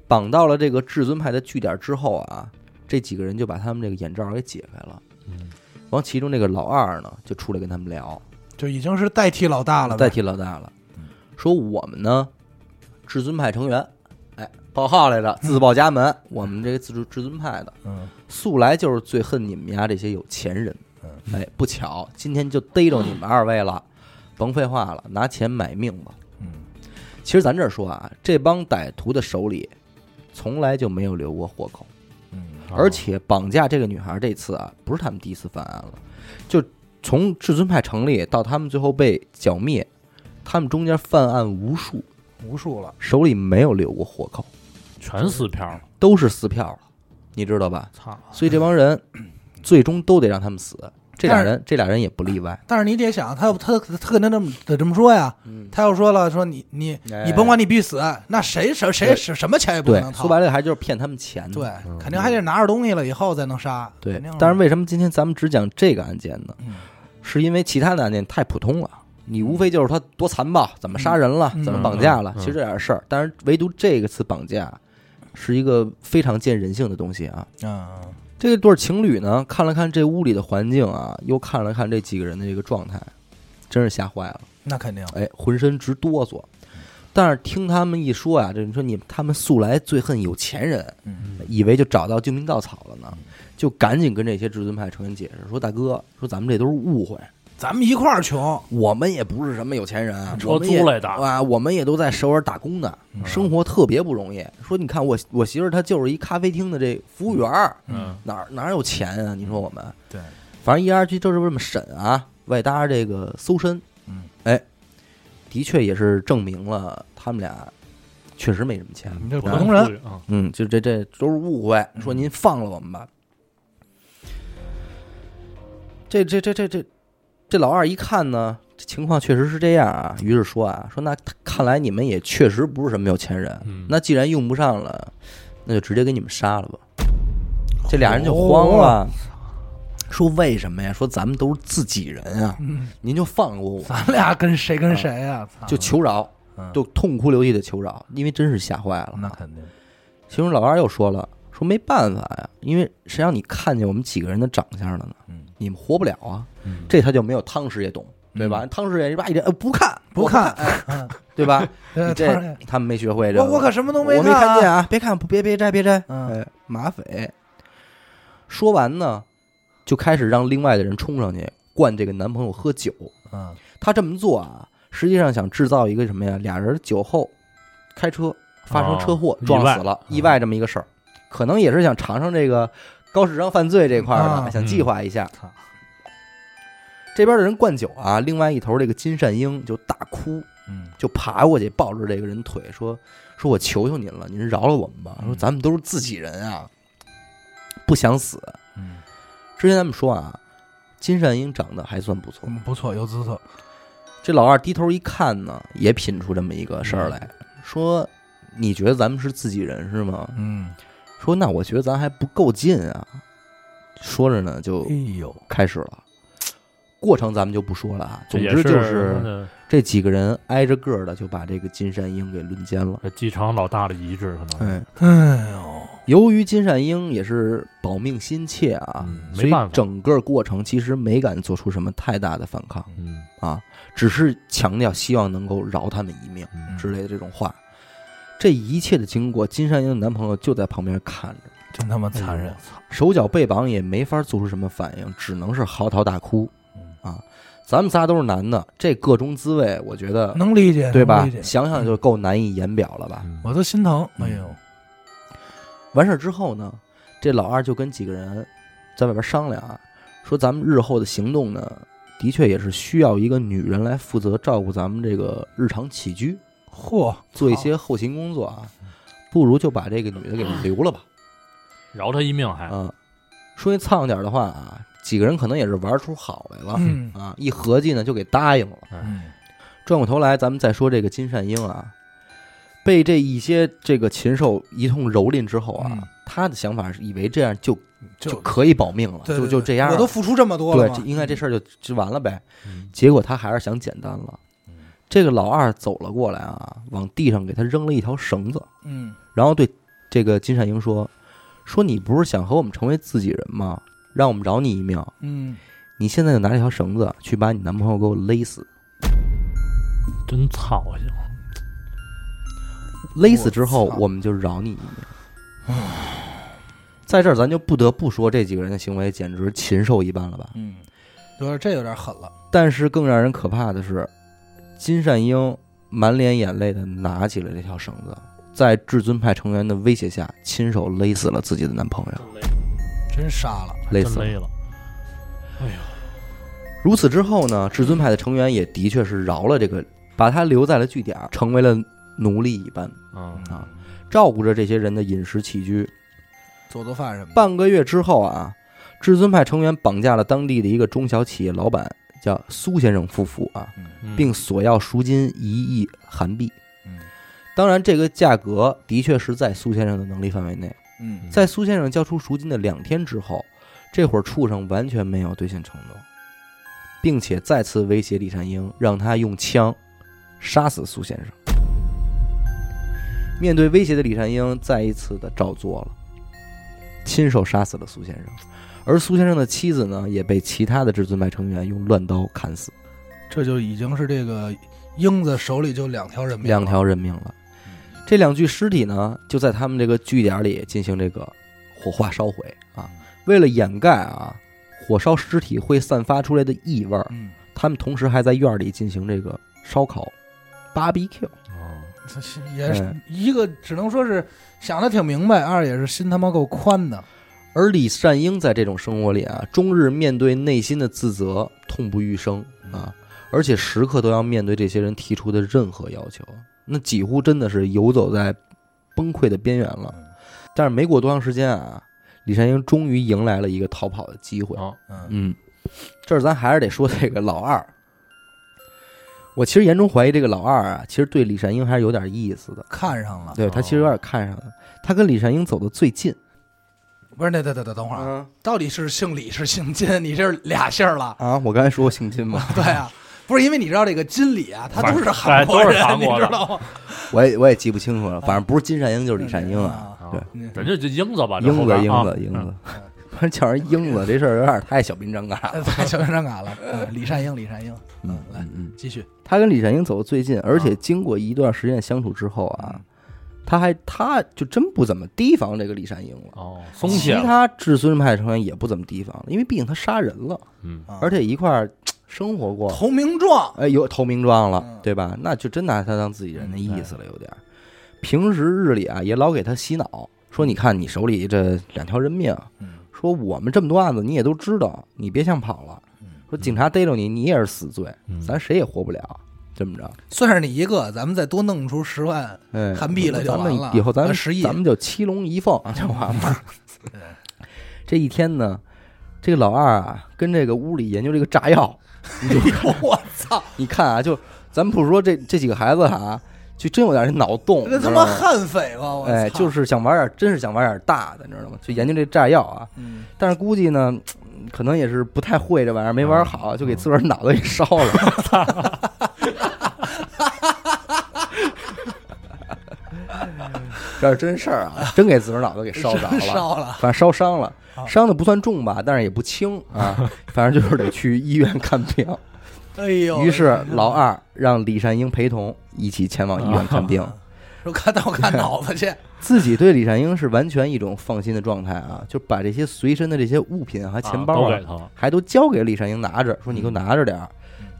Speaker 1: 绑到了这个至尊派的据点之后啊，这几个人就把他们这个眼罩给解开了。
Speaker 2: 嗯，
Speaker 1: 完，其中这个老二呢就出来跟他们聊，
Speaker 3: 就已经是代替老大了呗，
Speaker 1: 代替老大了，说我们呢至尊派成员，哎，报号来着，自报家门，我们这个自至至尊派的，
Speaker 3: 嗯，
Speaker 1: 素来就是最恨你们家这些有钱人
Speaker 3: 嗯。
Speaker 1: 哎，不巧，今天就逮着你们二位了，甭废话了，拿钱买命吧。
Speaker 3: 嗯，
Speaker 1: 其实咱这儿说啊，这帮歹徒的手里从来就没有留过活口，
Speaker 3: 嗯，
Speaker 1: 而且绑架这个女孩这次啊，不是他们第一次犯案了，就从至尊派成立到他们最后被剿灭，他们中间犯案无数，
Speaker 3: 无数了，
Speaker 1: 手里没有留过活口，
Speaker 2: 全撕票了，
Speaker 1: 都是撕票了，你知道吧？
Speaker 2: 操！
Speaker 1: 所以这帮人最终都得让他们死，这俩人这俩人也不例外。
Speaker 3: 但是你得想，他他他跟他这么得这么说呀，
Speaker 1: 嗯，
Speaker 3: 他又说了，说你你
Speaker 1: 哎
Speaker 3: 你甭管你必死，那谁谁谁什什么钱也不可
Speaker 1: 对，
Speaker 3: 能掏
Speaker 1: 说，白了还就是骗他们钱的。
Speaker 3: 对
Speaker 2: 嗯，
Speaker 3: 肯定还得拿着东西了以后再能杀，
Speaker 1: 对
Speaker 3: 肯定，
Speaker 1: 但是为什么今天咱们只讲这个案件呢？
Speaker 3: 嗯
Speaker 1: 是因为其他的案件太普通了，你无非就是他多残暴，怎么杀人了，
Speaker 3: 嗯
Speaker 1: 怎么绑架了，
Speaker 2: 嗯嗯
Speaker 1: 其实这点事儿。但是唯独这个次绑架，是一个非常见人性的东西啊。
Speaker 3: 嗯嗯
Speaker 1: 这对情侣呢，看了看这屋里的环境啊，又看了看这几个人的这个状态，真是吓坏了，
Speaker 3: 那肯定，
Speaker 1: 哎，浑身直哆嗦。但是听他们一说啊，这你说你他们素来最恨有钱人，
Speaker 3: 嗯
Speaker 1: 以为就找到救命稻草了呢，就赶紧跟这些至尊派成员解释说：“大哥，说咱们这都是误会，
Speaker 3: 咱们一块儿穷，
Speaker 1: 我们也不是什么有钱人，
Speaker 2: 车
Speaker 1: 我们也
Speaker 2: 租来的
Speaker 1: 啊，我们也都在首尔打工呢，生活特别不容易。说你看我我媳妇儿她就是一咖啡厅的这服务员儿，
Speaker 2: 嗯，
Speaker 1: 哪儿哪儿有钱啊？你说我们
Speaker 3: 对，
Speaker 1: 反正一而去就是这么审啊，外搭这个搜身，
Speaker 3: 嗯，
Speaker 1: 哎，的确也是证明了他们俩确实没什么钱，
Speaker 3: 你嗯这普
Speaker 1: 然后
Speaker 3: 通人
Speaker 2: 啊，
Speaker 1: 嗯，就这这都是误会，说
Speaker 3: 嗯
Speaker 1: 您放了我们吧。这这这这这这老二一看呢，这情况确实是这样啊，于是说啊，说那看来你们也确实不是什么有钱人，
Speaker 2: 嗯
Speaker 1: 那既然用不上了，那就直接给你们杀了吧。这俩人就
Speaker 3: 哦
Speaker 1: 慌了，说为什么呀？说咱们都是自己人啊，
Speaker 3: 嗯，
Speaker 1: 您就放过我，
Speaker 3: 咱俩跟谁跟谁呀？操
Speaker 1: 啊就求饶，
Speaker 3: 嗯
Speaker 1: 就痛哭流涕的求饶，因为真是吓坏了。
Speaker 3: 那肯定，
Speaker 1: 其中老二又说了，说没办法呀，因为谁让你看见我们几个人的长相了呢？
Speaker 3: 嗯
Speaker 1: 你们活不了啊！
Speaker 3: 嗯
Speaker 1: 这他就没有汤师爷懂，对吧？汤师爷一吧一人、呃、不看
Speaker 3: 不
Speaker 1: 我
Speaker 3: 看，嗯
Speaker 1: 对 吧？
Speaker 3: 嗯
Speaker 1: 你
Speaker 3: 当然
Speaker 1: 这他们没学会这
Speaker 3: 我
Speaker 1: 个，
Speaker 3: 我可什么都
Speaker 1: 我没
Speaker 3: 看啊
Speaker 1: 看见啊！别看，别别摘，别摘。
Speaker 3: 嗯
Speaker 1: 哎，马匪说完呢，就开始让另外的人冲上去灌这个男朋友喝酒。
Speaker 3: 嗯
Speaker 1: 他这么做啊，实际上想制造一个什么呀？俩人酒后开车发生车祸、
Speaker 2: 哦
Speaker 1: 撞
Speaker 2: 意外
Speaker 1: 死了，意
Speaker 3: 嗯
Speaker 1: 外这么一个事儿，可能也是想尝尝这个高智商犯罪这块儿的，
Speaker 3: 啊
Speaker 1: 想计划一下。
Speaker 3: 操
Speaker 1: 这边的人灌酒啊，另外一头这个金善英就大哭，
Speaker 3: 嗯
Speaker 1: 就爬过去抱着这个人腿说：“说我求求您了，您饶了我们吧。
Speaker 3: 嗯
Speaker 1: 说咱们都是自己人啊，不想死。
Speaker 3: 嗯
Speaker 1: 之前咱们说啊，金善英长得还算不错，
Speaker 3: 嗯，不错，有姿色，
Speaker 1: 这老二低头一看呢，也品出这么一个事儿来，说：“你觉得咱们是自己人是吗
Speaker 3: 嗯，？”
Speaker 1: 说：“那我觉得咱还不够劲啊。”说着呢，就
Speaker 3: 哎呦，
Speaker 1: 开始了。过程咱们就不说了啊，总
Speaker 2: 也
Speaker 1: 之就是这几个人挨着个儿的就把这个金善英给轮奸了。
Speaker 2: 这机场呃老大的遗志，可能
Speaker 1: 哎，
Speaker 3: 哎呦，
Speaker 1: 由于金善英也是保命心切啊，
Speaker 2: 嗯
Speaker 1: 所
Speaker 2: 没
Speaker 1: 以
Speaker 2: 办法
Speaker 1: 整个过程其实没敢做出什么太大的反抗
Speaker 2: 嗯
Speaker 1: 啊，只是强调希望能够饶他们一命。
Speaker 2: 嗯，
Speaker 1: 之类的这种话。这一切的经过，金善英的男朋友就在旁边看着，
Speaker 3: 真他妈
Speaker 1: 嗯
Speaker 3: 残
Speaker 1: 哎
Speaker 3: 忍，
Speaker 1: 手脚被绑也没法做出什么反应，只能是嚎啕大哭
Speaker 3: 嗯。
Speaker 1: 啊，咱们仨都是男的，这各中滋味，我觉得
Speaker 3: 能理解，
Speaker 1: 对吧
Speaker 3: 能理？解
Speaker 1: 想想就够难以言表了吧。
Speaker 2: 嗯
Speaker 3: 我都心疼，
Speaker 1: 嗯
Speaker 3: 哎呦，
Speaker 1: 完事儿之后呢，这老二就跟几个人在外边商量啊，说咱们日后的行动呢，的确也是需要一个女人来负责照顾咱们这个日常起居，
Speaker 3: 嚯，
Speaker 1: 做一些后勤工作啊，不如就把这个女的给留了吧。
Speaker 2: 饶他一命
Speaker 3: 哎
Speaker 2: 还
Speaker 1: 啊，说句苍蝇点儿的话啊，几个人可能也是玩出好来了、
Speaker 3: 嗯
Speaker 1: 啊，一合计呢就给答应了。
Speaker 3: 嗯，
Speaker 1: 转过头来，咱们再说这个金善英啊，被这一些这个禽兽一通蹂躏之后啊，
Speaker 3: 嗯
Speaker 1: 他的想法是以为这样就就
Speaker 3: 就
Speaker 1: 可以保命了，
Speaker 3: 对
Speaker 1: 就
Speaker 3: 对
Speaker 1: 就
Speaker 3: 对
Speaker 1: 这样
Speaker 3: 我都
Speaker 1: 了。
Speaker 3: 付出这么多
Speaker 1: 对
Speaker 3: 了，嘛，
Speaker 1: 这应该这事儿就就完了呗。
Speaker 2: 嗯
Speaker 1: 结果他还是想简单了。这个老二走了过来啊，往地上给他扔了一条绳子，
Speaker 3: 嗯，
Speaker 1: 然后对这个金善英说：“说你不是想和我们成为自己人吗？让我们饶你一命。
Speaker 3: 嗯，
Speaker 1: 你现在就拿这条绳子去把你男朋友给我勒死。
Speaker 2: 真操啊心，
Speaker 1: 勒死之后
Speaker 3: 我，操
Speaker 1: 我们就饶你一命。在这儿，咱就不得不说这几个人的行为简直禽兽一般了吧？
Speaker 3: 嗯，有点这有点狠了，
Speaker 1: 但是更让人可怕的是，金善英满脸眼泪的拿起了这条绳子，在至尊派成员的威胁下，亲手勒死了自己的男朋友，
Speaker 3: 真杀了，
Speaker 1: 勒
Speaker 2: 真
Speaker 1: 死了。
Speaker 2: 累了。哎呀，
Speaker 1: 如此之后呢，至尊派的成员也的确是饶了这个，把他留在了据点，成为了奴隶一般，
Speaker 2: 嗯，
Speaker 1: 啊照顾着这些人的饮食起居。
Speaker 3: 做做饭什么的，
Speaker 1: 半个月之后啊，至尊派成员绑架了当地的一个中小企业老板，叫苏先生夫妇啊，
Speaker 2: 嗯
Speaker 1: 并索要赎金一亿韩币。
Speaker 3: 嗯
Speaker 1: 当然，这个价格的确是在苏先生的能力范围内。
Speaker 3: 嗯
Speaker 1: 在苏先生交出赎金的两天之后，这会儿畜生完全没有兑现承诺，并且再次威胁李善英，让他用枪杀死苏先生。面对威胁的李善英再一次的照做了，亲手杀死了苏先生，而苏先生的妻子呢，也被其他的至尊派成员用乱刀砍死，
Speaker 3: 这就已经是这个英子手里就两条人命了，
Speaker 1: 两条人命了。这两具尸体呢，就在他们这个据点里进行这个火化烧毁啊。为了掩盖啊火烧尸体会散发出来的异味儿，
Speaker 3: 嗯，
Speaker 1: 他们同时还在院里进行这个烧烤 （barbecue）。
Speaker 2: 哦
Speaker 3: 这是也是
Speaker 1: 哎
Speaker 3: 一个只能说是想的挺明白，二也是心他妈够宽的，
Speaker 1: 而李善英在这种生活里啊，终日面对内心的自责，痛不欲生啊，而且时刻都要面对这些人提出的任何要求，那几乎真的是游走在崩溃的边缘了。但是没过多长时间啊，李善英终于迎来了一个逃跑的机会。
Speaker 2: 哦，
Speaker 3: 嗯
Speaker 1: 嗯，这儿咱还是得说这个老二。我其实严重怀疑这个老二啊，其实对李善英还是有点意思的，
Speaker 3: 看上了，
Speaker 1: 对他其实有点看上了，他跟李善英走的最近。
Speaker 3: 不是那等等等等会儿啊，
Speaker 1: 嗯
Speaker 3: 到底是姓李是姓金，你这是俩姓儿 了，
Speaker 1: 啊，我刚才说过姓金嘛，
Speaker 3: 对啊。不是因为你知道这个金李啊，他都是
Speaker 2: 反
Speaker 3: 韩国
Speaker 2: 都
Speaker 3: 人，
Speaker 2: 是韩国
Speaker 3: 你
Speaker 2: 的
Speaker 3: 知道吗？
Speaker 1: 我也我也记不清楚了，反正不是金善英就是李善英啊，
Speaker 3: 啊，
Speaker 1: 对
Speaker 3: 嗯
Speaker 2: 人家就英子吧，这
Speaker 1: 英
Speaker 2: 后
Speaker 1: 子
Speaker 2: 边
Speaker 1: 英
Speaker 2: 啊
Speaker 1: 子英
Speaker 2: 嗯
Speaker 1: 子，反正叫人英子这事儿有点太小兵张嘎了。
Speaker 3: 太小学生嘎了。嗯李善英，李善英，
Speaker 1: 嗯
Speaker 3: 来
Speaker 1: 嗯嗯，
Speaker 3: 继续。
Speaker 1: 他跟李善英走的最近，而
Speaker 2: 啊
Speaker 1: 且经过一段时间相处之后啊，他还他就真不怎么提防这个李善英了。
Speaker 2: 哦，松
Speaker 1: 其
Speaker 2: 懈了，
Speaker 1: 他至尊派成员也不怎么提防了，因为毕竟他杀人了，
Speaker 2: 嗯，
Speaker 3: 啊
Speaker 1: 而且一块儿嘖生活过，
Speaker 3: 投名状，
Speaker 1: 哎，有投名状了
Speaker 3: 嗯，
Speaker 1: 对吧？那就真拿他当自己人的意思了，有点儿。平时日里啊，也老给他洗脑，说你看你手里这两条人命，
Speaker 3: 嗯
Speaker 1: 说我们这么多案子你也都知道，你别想跑了
Speaker 3: 嗯。
Speaker 1: 说警察逮着你，你也是死罪，
Speaker 2: 嗯
Speaker 1: 咱谁也活不了。这么着，
Speaker 3: 算是你一个，咱们再多弄出十 万。
Speaker 1: 哎，
Speaker 3: 嗯韩币了就
Speaker 1: 咱
Speaker 3: 完了
Speaker 1: 们以后咱
Speaker 3: 咱
Speaker 1: 们
Speaker 3: 十亿
Speaker 1: 咱们就七龙一凤啊就完 了。 这一天呢，这个老二啊，跟这个屋里研究这个炸药，你就
Speaker 3: 哎我操，
Speaker 1: 你看啊，就咱们不说这这几个孩子啊，就真有点脑洞，
Speaker 3: 这
Speaker 1: 你
Speaker 3: 他
Speaker 1: 知
Speaker 3: 妈
Speaker 1: 道吗
Speaker 3: 悍匪吧！我操，，
Speaker 1: 哎，就是是想玩点，真是想玩点大的，你知道吗？就研究这炸药啊，
Speaker 3: 嗯，
Speaker 1: 但是估计呢，嗯可能也是不太会这玩意儿，没
Speaker 3: 嗯
Speaker 1: 玩好，就给自个儿脑袋给烧了。 这是真事儿啊，真给自个儿脑袋给烧着
Speaker 3: 真
Speaker 1: 了，
Speaker 3: 嗯 烧啊了，
Speaker 1: 反正烧伤了，伤的不算重吧，但是也不轻 啊，反正就是得去医院看病。
Speaker 3: 哎呦！
Speaker 1: 于是老二让李善英陪同一起前往医院看病，
Speaker 3: 说看到看脑子去，
Speaker 1: 自己对李善英是完全一种放心的状态啊，就把这些随身的这些物品和
Speaker 2: 啊
Speaker 1: 钱包
Speaker 2: 都
Speaker 1: 啊
Speaker 2: 给，他了，
Speaker 1: 还都嗯交给李善英拿着，说你给我拿着点儿。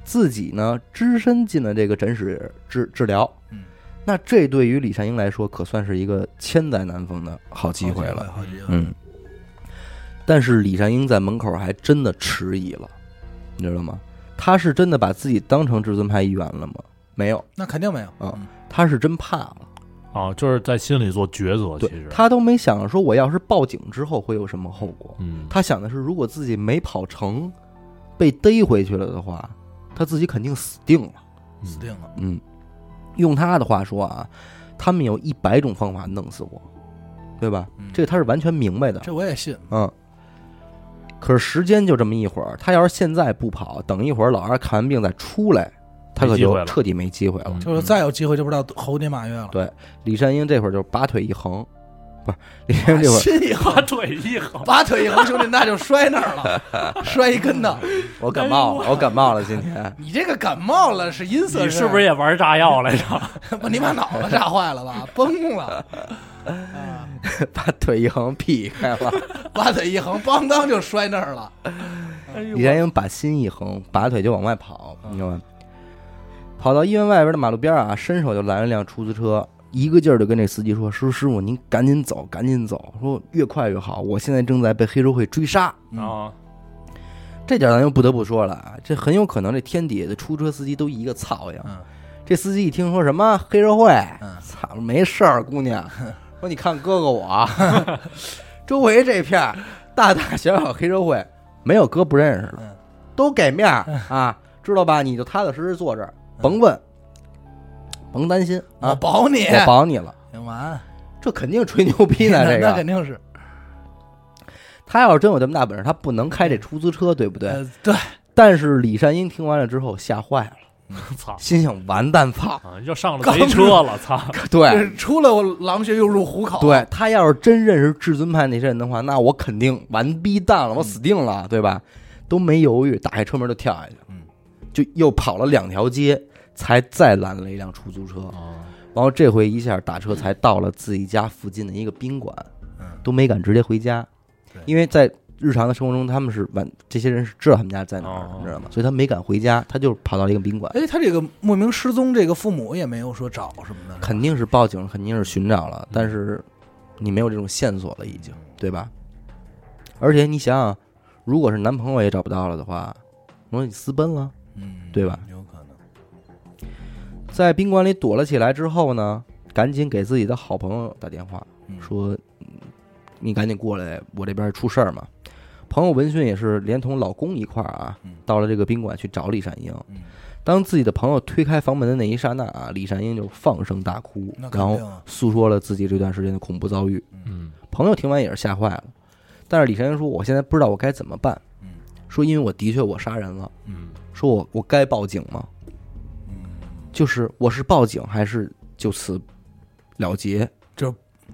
Speaker 1: 自己呢，只身进了这个诊室治治疗
Speaker 3: 嗯。
Speaker 1: 那这对于李善英来说，可算是一个千载难逢的好 机会了。
Speaker 3: 好机会，好机会
Speaker 1: 嗯，但是李善英在门口还真的迟疑了，你知道吗？他是真的把自己当成至尊派一员了吗？没有，
Speaker 3: 那肯定没有
Speaker 1: 啊
Speaker 3: 嗯
Speaker 1: 他是真怕了。
Speaker 2: 哦，就是在心里做抉择，其
Speaker 1: 对
Speaker 2: 实，
Speaker 1: 他都没想说我要是报警之后会有什么后果。
Speaker 2: 嗯，
Speaker 1: 他想的是，如果自己没跑成，被逮回去了的话，他自己肯定死定了。
Speaker 2: 嗯
Speaker 3: 死定了。
Speaker 1: 嗯，用他的话说啊，他们有一百种方法弄死我，对吧？
Speaker 3: 嗯
Speaker 1: 这个他是完全明白的。
Speaker 3: 这我也信，
Speaker 1: 嗯。可是时间就这么一会儿，他要是现在不跑，等一会儿老二看完病再出来，他可
Speaker 2: 没机会
Speaker 1: 就
Speaker 2: 了
Speaker 1: 彻底没机会了。
Speaker 2: 嗯
Speaker 3: 就是再有机会就不知道猴年马月了。
Speaker 1: 对李善英这会儿就拔腿一横，不 是李善英这会儿
Speaker 3: 心一横，
Speaker 2: 把腿一横，
Speaker 3: 拔腿一横，兄弟，那就摔那儿了， 摔一跟头。
Speaker 1: 我感冒了，我感冒了，今天
Speaker 3: 你这个感冒了是阴
Speaker 2: 嗯
Speaker 3: 色，
Speaker 2: 你是 不是也玩炸药来着？
Speaker 3: 把你把脑子炸坏 了吧？崩了，啊
Speaker 1: 把腿一横劈开了，
Speaker 3: 八腿一横，咣当就摔那儿了。
Speaker 2: 哎呦啊
Speaker 1: 李，善英把心一横，拔腿就往外跑，你知道吗？跑到医院外边的马路边儿啊，伸手就拦了辆出租车，一个劲儿就跟这司机说：“师傅，师傅，您赶紧走，赶紧走，说越快越好，我现在正在被黑社会追杀。”
Speaker 2: 啊，
Speaker 1: 这点咱又不得不说了啊，这很有可能这天底下的出租车司机都一个操样。
Speaker 3: 嗯
Speaker 1: 这司机一听说什么黑社会，
Speaker 3: 嗯
Speaker 1: 操、没事儿，姑娘， 说你看哥哥我，啊 周围这片儿大大小小黑社会，没有哥不认识的，
Speaker 3: 嗯
Speaker 1: 都给面 儿啊，知道吧？你就踏踏实实坐这儿，甭问，甭担心嗯啊，
Speaker 3: 我保你，
Speaker 1: 我 保你了。
Speaker 3: 行完，
Speaker 1: 这肯定吹牛逼呢，这
Speaker 3: 那
Speaker 1: 个
Speaker 3: 肯定是，
Speaker 1: 他要是真有这么大本事，他不能开这出租车，对不对？
Speaker 3: 呃，对，
Speaker 1: 嗯但是李善英听完了之后吓坏了。
Speaker 2: 操
Speaker 1: 心想完蛋 操，
Speaker 2: 啊，要上了贼车了，操！
Speaker 3: 这
Speaker 1: 对
Speaker 3: 是啊出了我狼穴又入虎口，，
Speaker 1: 哎对，他要是真认识至尊派那些人的话，那我肯定完逼蛋了，我死定了，对吧？都没犹豫，打开车门就跳下去，
Speaker 3: 嗯，
Speaker 1: 就又跑了两条街，才再拦了一辆出租车，
Speaker 2: 啊，
Speaker 1: 然后这回一下打车才到了自己家附近的一个宾馆，
Speaker 3: 嗯
Speaker 1: 都没敢直接回家
Speaker 3: 对，
Speaker 1: 因为在日常的生活中，他们是晚这些人是知道他们家在哪儿
Speaker 2: 哦
Speaker 1: 的，你知道吗？所以他没敢回家，他就跑到一个宾馆，
Speaker 3: 哎，他这个莫名失踪，这个父母也没有说找什么的，
Speaker 1: 肯定是报警，肯定是寻找
Speaker 3: 嗯
Speaker 1: 了，但是你没有这种线索了，已经，对吧？而且你想想，如果是男朋友也找不到了的话，我说你私奔啊了，
Speaker 3: 嗯，
Speaker 1: 对吧？
Speaker 3: 有可能，
Speaker 1: 在宾馆里躲了起来之后呢，赶紧给自己的好朋友打电话，
Speaker 3: 嗯
Speaker 1: 说嗯你赶紧过来，我这边出事儿嘛。朋友闻讯也是连同老公一块儿啊
Speaker 3: 嗯，
Speaker 1: 到了这个宾馆去找李善英。
Speaker 3: 嗯，
Speaker 1: 当自己的朋友推开房门的那一刹那啊，李善英就放声大哭
Speaker 3: 那，肯
Speaker 1: 然后
Speaker 3: 定啊，
Speaker 1: 诉说了自己这段时间的恐怖遭遇。
Speaker 2: 嗯，
Speaker 1: 朋友听完也是吓坏了，但是李晨说：“我现在不知道我该怎么办。
Speaker 3: 嗯”
Speaker 1: 说因为我的确我杀人了，
Speaker 2: 嗯，
Speaker 1: 说我我该报警吗？
Speaker 3: 嗯，
Speaker 1: 就是我是报警还是就此了结？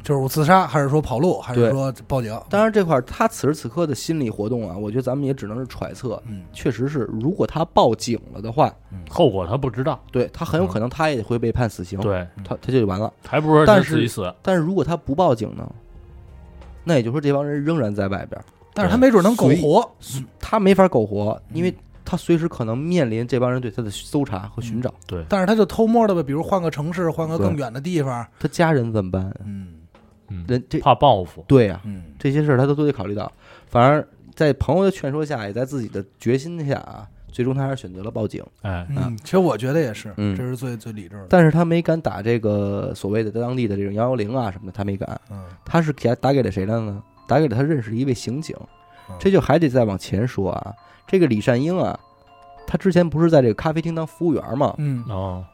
Speaker 3: 就是我自杀，还是说跑路，还是
Speaker 1: 对
Speaker 3: 说报警？
Speaker 1: 当然这块儿他此时此刻的心理活动啊，我觉得咱们也只能是揣测。
Speaker 3: 嗯，
Speaker 1: 确实是，如果他报警了的话，
Speaker 2: 后果他不知道，
Speaker 1: 对他很有可能他也会被判死刑，
Speaker 2: 对，
Speaker 1: 他他就完了。
Speaker 2: 还不如让
Speaker 1: 但
Speaker 2: 他
Speaker 1: 是
Speaker 2: 自己死。
Speaker 1: 但是如果他不报警呢，那也就是说这帮人仍然在外边儿，
Speaker 3: 但是他没准能苟
Speaker 1: 所以
Speaker 3: 活，
Speaker 1: 他没法苟活，
Speaker 3: 嗯
Speaker 1: 因为他随时可能面临这帮人对他的搜查和寻找。
Speaker 2: 对，
Speaker 3: 但是他就偷摸的呗，比如换个城市，换个
Speaker 1: 对
Speaker 3: 更远的地方，
Speaker 1: 他家人怎么办？
Speaker 3: 嗯
Speaker 2: 嗯，
Speaker 1: 人这
Speaker 2: 怕报复，
Speaker 1: 对呀、
Speaker 3: 嗯，
Speaker 1: 这些事儿他都都得考虑到。反而在朋友的劝说下，也在自己的决心下啊，最终他还是选择了报警。
Speaker 2: 哎，
Speaker 3: 嗯，其实我觉得也是，
Speaker 1: 啊嗯
Speaker 3: 这是最最理智的。
Speaker 1: 但是他没敢打这个所谓的当地的这种幺幺零啊什么的，他没敢。
Speaker 3: 嗯，
Speaker 1: 他是给他打给了谁了呢？打给了他认识的一位刑警
Speaker 3: 嗯。
Speaker 1: 这就还得再往前说啊，这个李善英啊，他之前不是在这个咖啡厅当服务员嘛，
Speaker 3: 嗯
Speaker 2: 哦，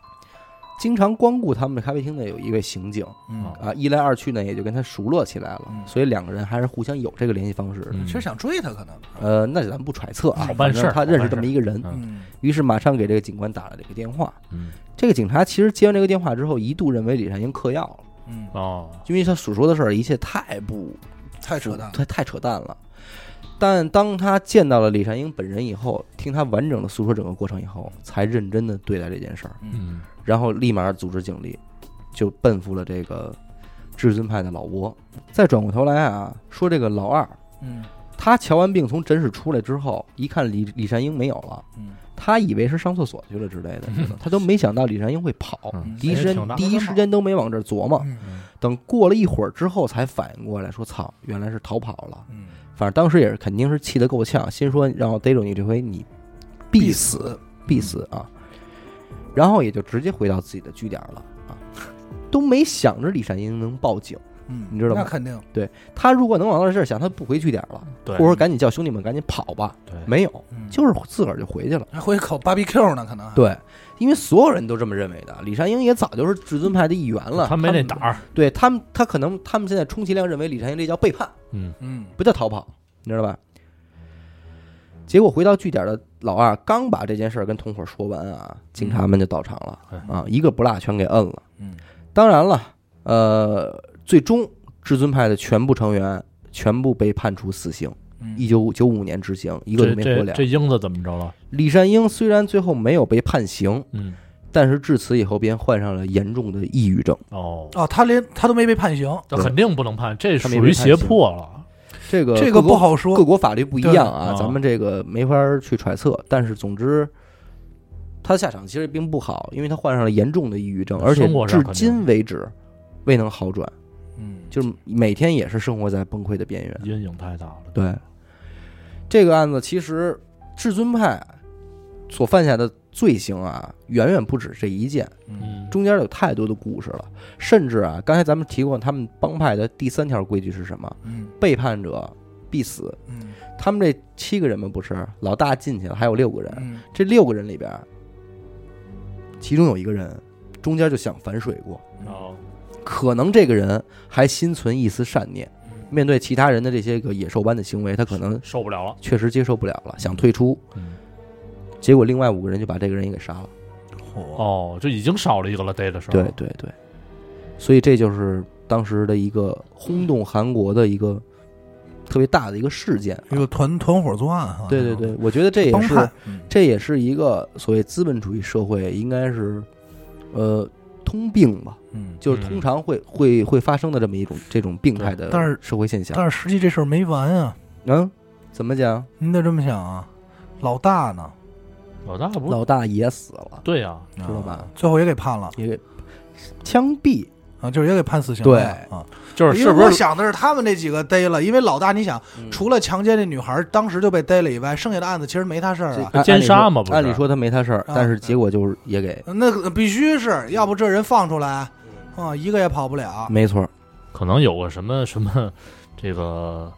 Speaker 1: 经常光顾他们的咖啡厅的有一位刑警
Speaker 3: 嗯，
Speaker 1: 啊，一来二去呢，也就跟他熟络起来了，
Speaker 3: 嗯
Speaker 1: 所以两个人还是互相有这个联系方式的。
Speaker 2: 嗯
Speaker 3: 其实想追他可能，
Speaker 1: 呃，那咱们不揣测啊，
Speaker 2: 好办事儿
Speaker 1: 反正他认识这么一个人
Speaker 2: 好，办
Speaker 3: 嗯
Speaker 1: 于是马上给这个警官打了这个电话。
Speaker 2: 嗯，
Speaker 1: 这个警察其实接完这个电话之后，一度认为李善英嗑药了，
Speaker 3: 嗯，
Speaker 2: 哦，
Speaker 1: 因为他所说的事儿一切太不
Speaker 3: 太扯淡了，
Speaker 1: 太太扯淡了。但当他见到了李善英本人以后，听他完整的诉说整个过程以后，才认真的对待这件事儿，
Speaker 2: 嗯，
Speaker 1: 然后立马组织警力，就奔赴了这个至尊派的老窝。再转过头来啊，说这个老二，
Speaker 3: 嗯
Speaker 1: 他瞧完病从诊室出来之后，一看李李善英没有了。
Speaker 3: 嗯，
Speaker 1: 他以为是上厕所去了之类的，他都没想到李善英会跑，
Speaker 3: 哎
Speaker 2: 嗯
Speaker 1: 第一啊时
Speaker 2: 挺
Speaker 1: 间
Speaker 2: 大
Speaker 1: 第一时间都没往这儿琢磨。
Speaker 3: 嗯
Speaker 1: 等过了一会儿之后，才反应过来，说：“操，原来是逃跑了。
Speaker 3: 嗯，”
Speaker 1: 反正当时也是肯定是气得够呛，心说让我逮着你这回你必死必死啊！然后也就直接回到自己的据点了啊，都没想着李善英能报警。
Speaker 3: 嗯，
Speaker 1: 你知道吗
Speaker 3: 那肯定，
Speaker 1: 他如果能往到这儿想，他不回据点了，
Speaker 2: 对
Speaker 1: 或者赶紧叫兄弟们赶紧跑吧，
Speaker 2: 对，
Speaker 1: 没有，
Speaker 3: 嗯
Speaker 1: 就是自个儿就回去了。
Speaker 3: 还会口 BBQ 呢，可能还，
Speaker 1: 对，因为所有人都这么认为的。李善英也早就是至尊派的一员了，
Speaker 2: 他没那胆。儿，
Speaker 1: 对他们，他可能他们现在充其量认为李善英这叫背叛，
Speaker 2: 嗯，
Speaker 3: 嗯
Speaker 1: 不叫逃跑，你知道吧？结果回到据点的老二刚把这件事儿跟同伙说完啊，警察们就到场了
Speaker 2: 哎
Speaker 1: 啊，一个不落全给摁了。
Speaker 3: 嗯
Speaker 1: 当然了，呃，最终至尊派的全部成员全部被判处死刑，
Speaker 3: 嗯，
Speaker 1: 一九九五年执行，一个
Speaker 2: 这
Speaker 1: 都没活
Speaker 2: 这
Speaker 1: 了
Speaker 2: 这。英子怎么着了？
Speaker 1: 李善英虽然最后没有被判刑，
Speaker 2: 嗯，
Speaker 1: 但是至此以后便患上了严重的抑郁症。
Speaker 2: 哦，
Speaker 3: 哦，他连他都没被判刑，
Speaker 1: 呃
Speaker 2: 那肯定不能判，这
Speaker 1: 他
Speaker 2: 属
Speaker 1: 们也
Speaker 2: 于
Speaker 1: 没判
Speaker 2: 胁
Speaker 1: 刑
Speaker 2: 迫了。
Speaker 1: 这个
Speaker 3: 这个
Speaker 1: 各
Speaker 3: 不
Speaker 1: 国
Speaker 3: 好说
Speaker 1: 各，国法律不一样啊，
Speaker 2: 对啊
Speaker 1: 咱们这个没法儿去揣测。但是总之，他的下场其实并不好，因为他患上了严重的抑郁症，而且
Speaker 2: 生活上
Speaker 1: 至
Speaker 2: 肯定
Speaker 1: 今为止未能好转，
Speaker 3: 嗯，
Speaker 1: 就是每天也是生活在崩溃的边缘。
Speaker 2: 阴影太大了。
Speaker 1: 对，这个案子其实至尊派所犯下的罪行啊，远远不止这一件，
Speaker 3: 嗯
Speaker 2: 嗯，
Speaker 1: 中间有太多的故事了。甚至啊，刚才咱们提过，他们帮派的第三条规矩是什么？
Speaker 3: 嗯
Speaker 1: 背叛者必死。
Speaker 3: 嗯
Speaker 1: 他们这七个人嘛，不是老大进去了，还有六个人。
Speaker 3: 嗯
Speaker 1: 这六个人里边，其中有一个人中间就想反水过，
Speaker 2: 哦，
Speaker 1: 可能这个人还心存一丝善念，面对其他人的这些个野兽般的行为，他可能
Speaker 2: 受不了了。
Speaker 1: 确实接受不了了，想退出。
Speaker 2: 嗯，
Speaker 1: 结果另外五个人就把这个人也给杀了。
Speaker 3: 火，
Speaker 2: 哦，就已经少了一个了，逮的时候。
Speaker 1: 对，对对，所以这就是当时的一个轰动韩国的一个特别大的一个事件啊。
Speaker 3: 一个团团伙作案哈，
Speaker 1: 对对对，我觉得这
Speaker 3: 这种，
Speaker 1: 也
Speaker 3: 帮
Speaker 1: 是
Speaker 3: 派，嗯
Speaker 1: 这也是一个所谓资本主义社会应该是，呃，通病吧，
Speaker 3: 嗯，
Speaker 1: 就是通常会会会发生的这么一种这种病态的，
Speaker 3: 但是
Speaker 1: 社会现象。
Speaker 3: 但是实际这事儿没完啊，
Speaker 1: 嗯，怎么讲？
Speaker 3: 您得这么想啊，老大呢，
Speaker 2: 老大哦不是
Speaker 1: 老大也死了，
Speaker 2: 对啊呀，
Speaker 3: 知
Speaker 1: 道吧？
Speaker 3: 啊最后也给判了
Speaker 1: 也给枪毙。
Speaker 3: 啊，就是也给判死刑
Speaker 1: 对
Speaker 3: 了啊，
Speaker 2: 就是
Speaker 1: 哎
Speaker 3: 因
Speaker 2: 是
Speaker 3: 为
Speaker 2: 不
Speaker 3: 我
Speaker 2: 是
Speaker 3: 想的是他们这几个逮了，因为老大，你想，
Speaker 2: 嗯
Speaker 3: 除了强奸这女孩，当时就被逮了以外，剩下的案子其实没他事儿啊。
Speaker 1: 这
Speaker 2: 奸杀嘛
Speaker 1: 按理说
Speaker 2: 不是
Speaker 1: 按理说他没他事儿，
Speaker 3: 啊
Speaker 1: 但是结果就是也给，
Speaker 3: 那个必须是要不这人放出来，啊，一个也跑不了。
Speaker 1: 没错儿，
Speaker 2: 可能有个什么什么这个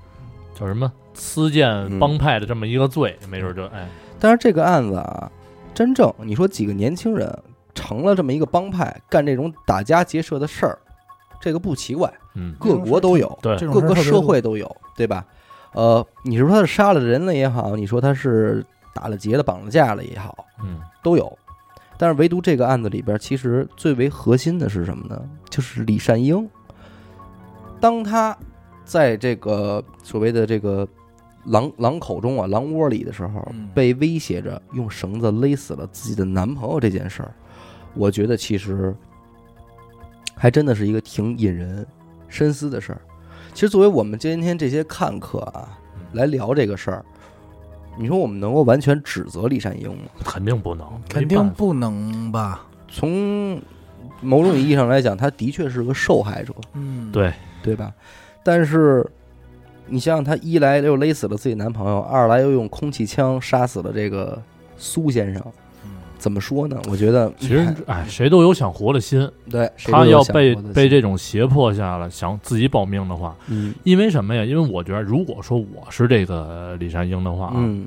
Speaker 2: 叫什么私
Speaker 1: 嗯
Speaker 2: 建帮派的这么一个罪，没准就哎
Speaker 1: 但是这个案子啊，真正你说几个年轻人成了这么一个帮派，干这种打家劫舍的事儿，这个不奇怪，
Speaker 2: 嗯
Speaker 1: 各国都有，
Speaker 2: 对
Speaker 3: 这种
Speaker 1: 各
Speaker 3: 事儿
Speaker 1: 个
Speaker 3: 特别
Speaker 1: 社
Speaker 3: 多
Speaker 1: 会都有，对吧？呃，你说他是杀了人了也好，你说他是打了劫了、绑了架了也好，
Speaker 2: 嗯
Speaker 1: 都有。但是唯独这个案子里边，其实最为核心的是什么呢？就是李善英。当他在这个所谓的这个狼狼口中啊、狼窝里的时候
Speaker 3: 嗯，
Speaker 1: 被威胁着用绳子勒死了自己的男朋友这件事儿，我觉得其实还真的是一个挺引人深思的事儿。其实作为我们今天这些看客啊，来聊这个事儿，你说我们能够完全指责李善英吗？
Speaker 2: 肯定不能，
Speaker 3: 肯
Speaker 2: 没
Speaker 3: 定
Speaker 2: 办法
Speaker 3: 不能吧？
Speaker 1: 从某种意义上来讲，他的确是个受害者，
Speaker 3: 嗯，
Speaker 2: 对
Speaker 1: 对吧？但是你想想，她一来又勒死了自己男朋友，二来又用空气枪杀死了这个苏先生，怎么说呢？我觉得
Speaker 2: 嗯其实哎，谁都有想活的心，
Speaker 1: 对谁
Speaker 2: 他
Speaker 1: 都有
Speaker 2: 要
Speaker 1: 想
Speaker 2: 被
Speaker 1: 过的
Speaker 2: 被
Speaker 1: 心
Speaker 2: 这种胁迫下了，想自己保命的话，
Speaker 1: 嗯
Speaker 2: 因为什么呀？因为我觉得，如果说我是这个李善英的话啊，
Speaker 1: 嗯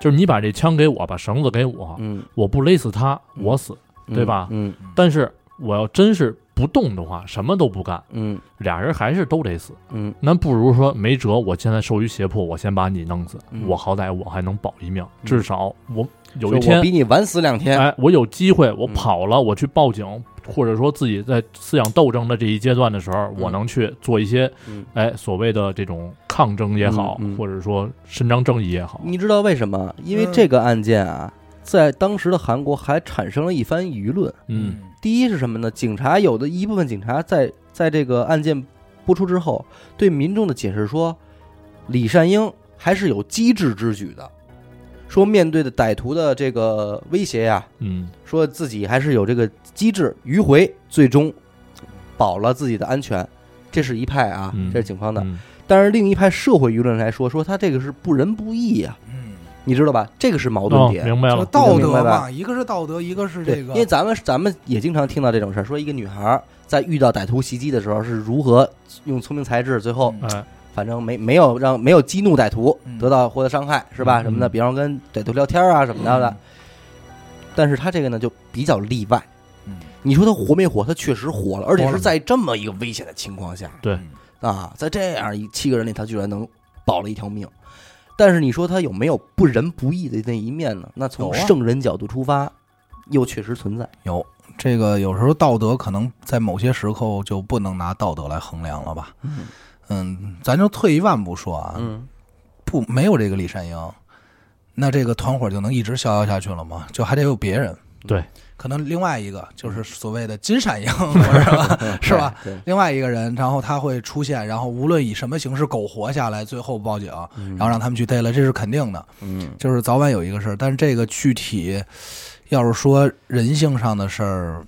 Speaker 2: 就是你把这枪给我，把绳子给我，
Speaker 1: 嗯，
Speaker 2: 我不勒死他，
Speaker 1: 嗯
Speaker 2: 我死。
Speaker 1: 嗯
Speaker 2: 对吧
Speaker 1: 嗯
Speaker 2: 但是我要真是不动的话，什么都不干，
Speaker 1: 嗯
Speaker 2: 俩人还是都得死。
Speaker 1: 嗯
Speaker 2: 那不如说没辙，我现在受于胁迫，我先把你弄死，
Speaker 1: 嗯
Speaker 2: 我好歹我还能保一命，
Speaker 1: 嗯
Speaker 2: 至少我有
Speaker 1: 就
Speaker 2: 一天
Speaker 1: 我比，你晚死两天，
Speaker 2: 哎，我有机会，我
Speaker 1: 嗯
Speaker 2: 跑了，我去报警，或者说自己在思想斗争的这一阶段的时候，我能去做一些
Speaker 1: 嗯，
Speaker 2: 哎，所谓的这种抗争也好，
Speaker 1: 嗯嗯
Speaker 2: 或者说伸张正义也好，
Speaker 1: 你知道为什么？因为
Speaker 3: 嗯
Speaker 1: 这个案件啊，在当时的韩国还产生了一番舆论。
Speaker 2: 嗯，
Speaker 1: 第一是什么呢？警察有的一部分警察在在这个案件播出之后，对民众的解释说，李善英还是有机智之举的，说面对的歹徒的这个威胁呀、
Speaker 2: 嗯，
Speaker 1: 说自己还是有这个机智，迂回，最终保了自己的安全。这是一派啊
Speaker 2: 嗯，
Speaker 1: 这是警方的。
Speaker 2: 嗯
Speaker 1: 但是另一派社会舆论来说，说他这个是不仁不义呀、
Speaker 3: 嗯，
Speaker 1: 你知道吧？这个是矛
Speaker 2: 哦
Speaker 1: 盾点。
Speaker 2: 明白
Speaker 3: 这
Speaker 2: 了，
Speaker 3: 道
Speaker 1: 明白
Speaker 3: 德
Speaker 1: 吧
Speaker 3: 嘛，一个是道德，一个是
Speaker 1: 对，
Speaker 3: 这个，
Speaker 1: 因为咱们咱们也经常听到这种事儿，说一个女孩儿在遇到歹徒袭击的时候是如何用聪明才智，最后
Speaker 3: 嗯
Speaker 2: 哎，
Speaker 1: 反正没没有让没有激怒歹徒，
Speaker 3: 嗯
Speaker 1: 得到获得伤害是吧？
Speaker 2: 嗯
Speaker 1: 什么的，比方说跟歹徒聊天啊什么
Speaker 3: 嗯
Speaker 1: 的的。但是他这个呢就比较例外。
Speaker 3: 嗯
Speaker 1: 你说他活没活？他确实活了，而且
Speaker 2: 活
Speaker 1: 是
Speaker 2: 了
Speaker 1: 在这么一个危险的情况下
Speaker 2: 对
Speaker 3: 嗯
Speaker 1: 啊，在这样一七个人里，他居然能保了一条命。但是你说他有没有不仁不义的那一面呢？那从
Speaker 3: 有啊
Speaker 1: 圣人角度出发，又确实存在。
Speaker 3: 有这个，有时候道德可能在某些时候就不能拿道德来衡量了吧？
Speaker 1: 嗯
Speaker 3: 嗯，咱就退一万步说啊，
Speaker 1: 嗯，
Speaker 3: 不没有这个李善英，那这个团伙就能一直逍遥下去了吗？就还得有别人。
Speaker 2: 对，
Speaker 3: 可能另外一个就是所谓的金善英， 是吧？是吧？
Speaker 1: 对？
Speaker 3: 另外一个人，然后他会出现，然后无论以什么形式苟活下来，最后报警，
Speaker 1: 嗯
Speaker 3: 然后让他们去逮了，这是肯定的，
Speaker 1: 嗯
Speaker 3: 就是早晚有一个事儿。但是这个具体要是说人性上的事儿，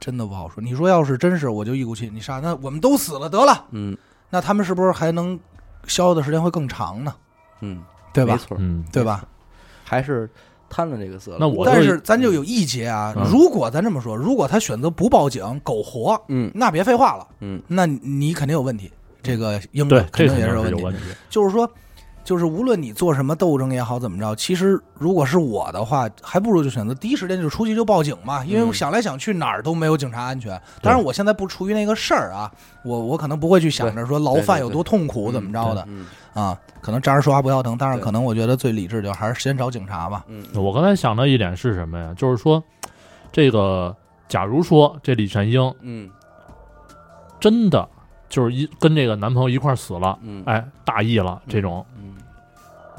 Speaker 3: 真的不好说。你说要是真是，我就一股气，你杀，那我们都死了得了，
Speaker 1: 嗯
Speaker 3: 那他们是不是还能逍遥的时间会更长呢？
Speaker 1: 嗯，
Speaker 3: 对
Speaker 1: 没
Speaker 3: 吧？
Speaker 1: 错，
Speaker 2: 嗯，
Speaker 3: 对吧？
Speaker 1: 还是贪了这个色了。
Speaker 2: 那我
Speaker 3: 但
Speaker 2: 就是
Speaker 3: 咱就有一节啊，
Speaker 2: 嗯
Speaker 3: 如果咱这么说，如果他选择不报警，苟活，
Speaker 1: 嗯
Speaker 3: 那别废话了，
Speaker 1: 嗯
Speaker 3: 那你肯定有问题。这个英
Speaker 2: 对
Speaker 3: 国，
Speaker 2: 这
Speaker 3: 嗯肯定也
Speaker 2: 是
Speaker 3: 问
Speaker 2: 有
Speaker 3: 题。
Speaker 2: 问题。
Speaker 3: 就是说，就是无论你做什么斗争也好，怎么着，其实如果是我的话，还不如就选择第一时间就出去就报警嘛，因为我想来想去哪儿都没有警察安全。当然，我现在不处于那个事儿啊，我我可能不会去想着说牢
Speaker 1: 对对
Speaker 3: 饭
Speaker 1: 对
Speaker 3: 有多痛苦
Speaker 1: 嗯
Speaker 3: 怎么着的
Speaker 1: 嗯
Speaker 3: 啊，可能站着说话不腰疼。但是
Speaker 1: 对
Speaker 3: 可能我觉得最理智就还是先找警察吧。
Speaker 1: 嗯
Speaker 2: 我刚才想到一点是什么呀？就是说，这个假如说这李善英
Speaker 1: 嗯
Speaker 2: 真的就是一跟这个男朋友一块儿死了，
Speaker 1: 嗯，
Speaker 2: 哎，大意了这种，
Speaker 1: 嗯，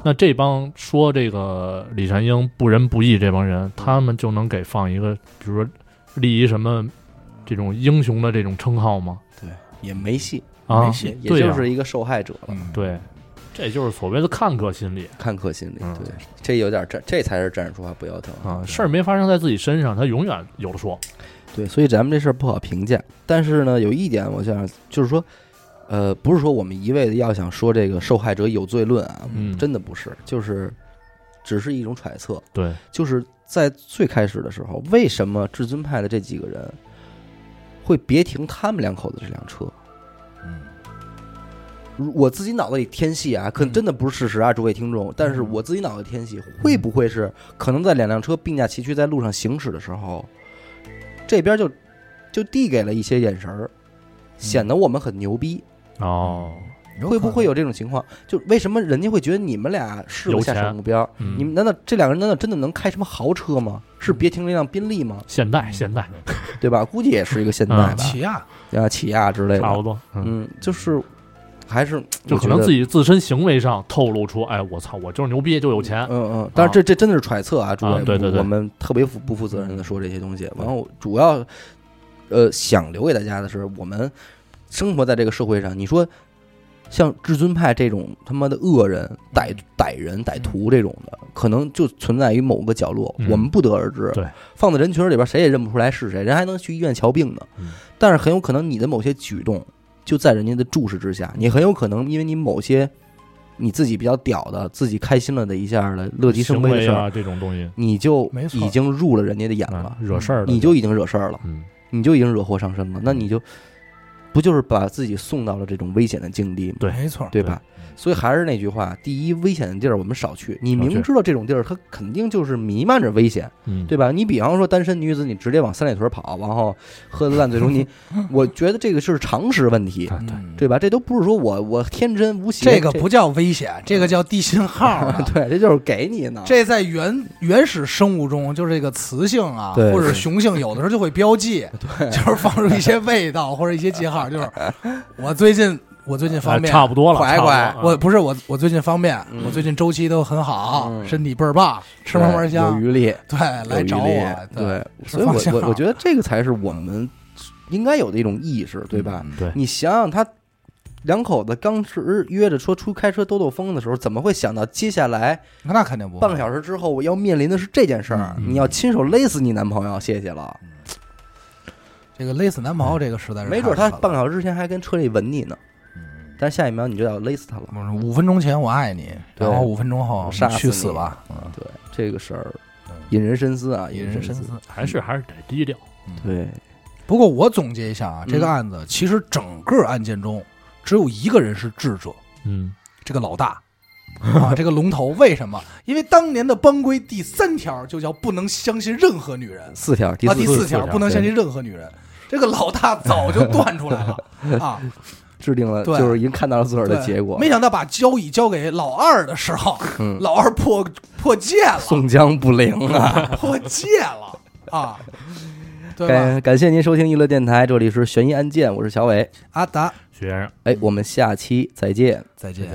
Speaker 2: 那这帮说这个李善英不仁不义这帮人，他们就能给放一个，比如说立一什么这种英雄的这种称号吗？
Speaker 1: 也没戏，
Speaker 2: 啊
Speaker 1: 没戏，，也
Speaker 2: 对呀、
Speaker 1: 就是一个受害者了。
Speaker 3: 嗯，
Speaker 2: 对，这就是所谓的看客心理
Speaker 1: 看客心理，
Speaker 2: 嗯
Speaker 1: 对，这有点站，这才是站着说话不腰疼
Speaker 2: 啊。事儿没发生在自己身上，他永远有的说。
Speaker 1: 对，所以咱们这事儿不好评价。但是呢，有一点，我想就是说，呃，不是说我们一味的要想说这个受害者有罪论啊，
Speaker 2: 嗯
Speaker 1: 真的不是，就是只是一种揣测。
Speaker 2: 对，
Speaker 1: 就是在最开始的时候，为什么至尊派的这几个人会别停他们两口子这辆车？
Speaker 3: 嗯，
Speaker 1: 如我自己脑子里天戏啊，可能真的不是事实啊，诸位听众。但是我自己脑子里天戏，会不会是可能在两辆车并驾齐驱在路上行驶的时候，这边就就递给了一些眼神儿，显得我们很牛逼。
Speaker 2: 哦，
Speaker 1: 会不会有这种情况？就为什么人家会觉得你们俩是个
Speaker 2: 有
Speaker 1: 下手
Speaker 2: 钱
Speaker 1: 目标？
Speaker 2: 嗯，
Speaker 1: 你们难道这两个人难道真的能开什么豪车吗？是别停了一辆宾利吗？
Speaker 2: 现代现代
Speaker 1: 对吧？估计也是一个现代吧，
Speaker 3: 起亚？
Speaker 1: 啊，起亚之类
Speaker 2: 差
Speaker 1: 的
Speaker 2: 不。多，嗯，
Speaker 1: 嗯，就是还是
Speaker 2: 就
Speaker 1: 我觉
Speaker 2: 可能
Speaker 1: 得
Speaker 2: 自己自身行为上透露出，哎，我操，我就是牛逼，就有钱，
Speaker 1: 嗯嗯，但是这这真的是揣测啊，诸位，
Speaker 2: 啊对对对嗯
Speaker 1: 我们特别负不负责任的说这些东西。然后主要，呃，想留给大家的是，我们生活在这个社会上，你说像至尊派这种他妈的恶人、歹歹人、歹徒这种的，可能就存在于某个角落，
Speaker 2: 嗯
Speaker 1: 我们不得而知。
Speaker 2: 对，
Speaker 1: 放在人群里边，谁也认不出来是谁，人还能去医院瞧病呢
Speaker 2: 嗯。
Speaker 1: 但是很有可能你的某些举动就在人家的注视之下，你很有可能因为你某些。你自己比较屌的，自己开心了的一下的乐极生
Speaker 2: 行
Speaker 1: 悲的
Speaker 2: 为
Speaker 1: 事儿，
Speaker 2: 啊这种东西，
Speaker 1: 你就
Speaker 3: 没错
Speaker 1: 已经入了人家的眼
Speaker 2: 啊
Speaker 1: 了，
Speaker 2: 惹事儿了，
Speaker 1: 你就已经惹事儿了，
Speaker 2: 嗯，
Speaker 1: 你就已经惹祸上身了，那你就不就是把自己送到了这种危险的境地吗？
Speaker 2: 对
Speaker 3: 没错，
Speaker 1: 对吧？所以还是那句话，第一，危险的地儿我们少去。你
Speaker 2: 少去
Speaker 1: 明知道这种地儿，它肯定就是弥漫着危险，
Speaker 2: 嗯，
Speaker 1: 对吧？你比方说单身女子，你直接往三里屯跑，然后喝的烂醉如泥， 我觉得这个是常识问题，
Speaker 2: 啊，对，
Speaker 3: 嗯
Speaker 1: 对吧？这都不是说我我天真无邪，
Speaker 3: 这个不叫危险，这个叫地信号啊
Speaker 1: 嗯 对，这就是给你呢。
Speaker 3: 这在原原始生物中，就是这个雌性啊，
Speaker 1: 对
Speaker 3: 或者雄性，有的时候就会标记，就是放出一些味道或者一些记号，就是我最近我最近
Speaker 1: 啊
Speaker 3: 方
Speaker 2: 哎
Speaker 3: 便，
Speaker 2: 差不多了，
Speaker 1: 快
Speaker 2: 差不多
Speaker 1: 快
Speaker 2: 啊
Speaker 3: 我不是我我最近方便，
Speaker 1: 嗯
Speaker 3: 我最近周期都很好，
Speaker 1: 嗯
Speaker 3: 身体倍儿棒，吃嘛嘛
Speaker 1: 有
Speaker 3: 香，
Speaker 1: 余力，
Speaker 3: 对，来找
Speaker 1: 有余力
Speaker 3: 我，，
Speaker 1: 对，
Speaker 3: 是
Speaker 1: 所以
Speaker 3: 放下
Speaker 1: 我我我觉得这个才是我们应该有的一种意识，对
Speaker 3: 嗯
Speaker 1: 吧？
Speaker 2: 对
Speaker 1: 你想想他。两口子刚时约着说出开车兜兜风的时候，怎么会想到接下来
Speaker 3: 那那肯定不会
Speaker 1: 半个小时之后我要面临的是这件事儿？
Speaker 2: 嗯
Speaker 1: 你要亲手勒死你男朋友，谢谢了。
Speaker 3: 这个勒死男朋友这个实在是
Speaker 1: 没准
Speaker 3: 太
Speaker 1: 他
Speaker 3: 狠了嗯
Speaker 1: 半个小时之前还跟车里吻你呢，但下一秒你就要勒死他了。
Speaker 3: 不是五分钟前我爱你，
Speaker 1: 对
Speaker 3: 然后五分钟后
Speaker 1: 杀死
Speaker 3: 去
Speaker 1: 你
Speaker 3: 死吧，嗯
Speaker 1: 对，这个事儿
Speaker 3: 嗯
Speaker 1: 引人深思啊，
Speaker 3: 引
Speaker 1: 引
Speaker 3: 人
Speaker 1: 深
Speaker 3: 深思。
Speaker 2: 还是还是得低调，
Speaker 1: 对，
Speaker 3: 不过我总结一下啊，
Speaker 1: 嗯
Speaker 3: 这个案子、其实整个案件中只有一个人是智者，
Speaker 2: 嗯，
Speaker 3: 这个 老大啊，这个龙头。为什么？因为当年的帮规第三条就叫不能相信任何女人
Speaker 1: 四条，第
Speaker 3: 啊，第
Speaker 1: 四
Speaker 3: 四
Speaker 1: 条
Speaker 3: 条不能相信任何女人。这个老大早就断出来了 啊，
Speaker 1: 制定了，
Speaker 3: 对
Speaker 1: 就是已经看到了自个儿的
Speaker 3: 对
Speaker 1: 结果
Speaker 3: 没，想到把交椅交给老二的时候，
Speaker 1: 嗯
Speaker 3: 老二破破戒了，
Speaker 1: 宋江不灵啊。
Speaker 3: 破戒了啊，对吧？
Speaker 1: 感感谢您收听娱乐电台，这里是悬疑案件，我是小伟。
Speaker 3: 阿达，
Speaker 2: 徐先生。
Speaker 1: 哎，我们下期再见。
Speaker 3: 再见。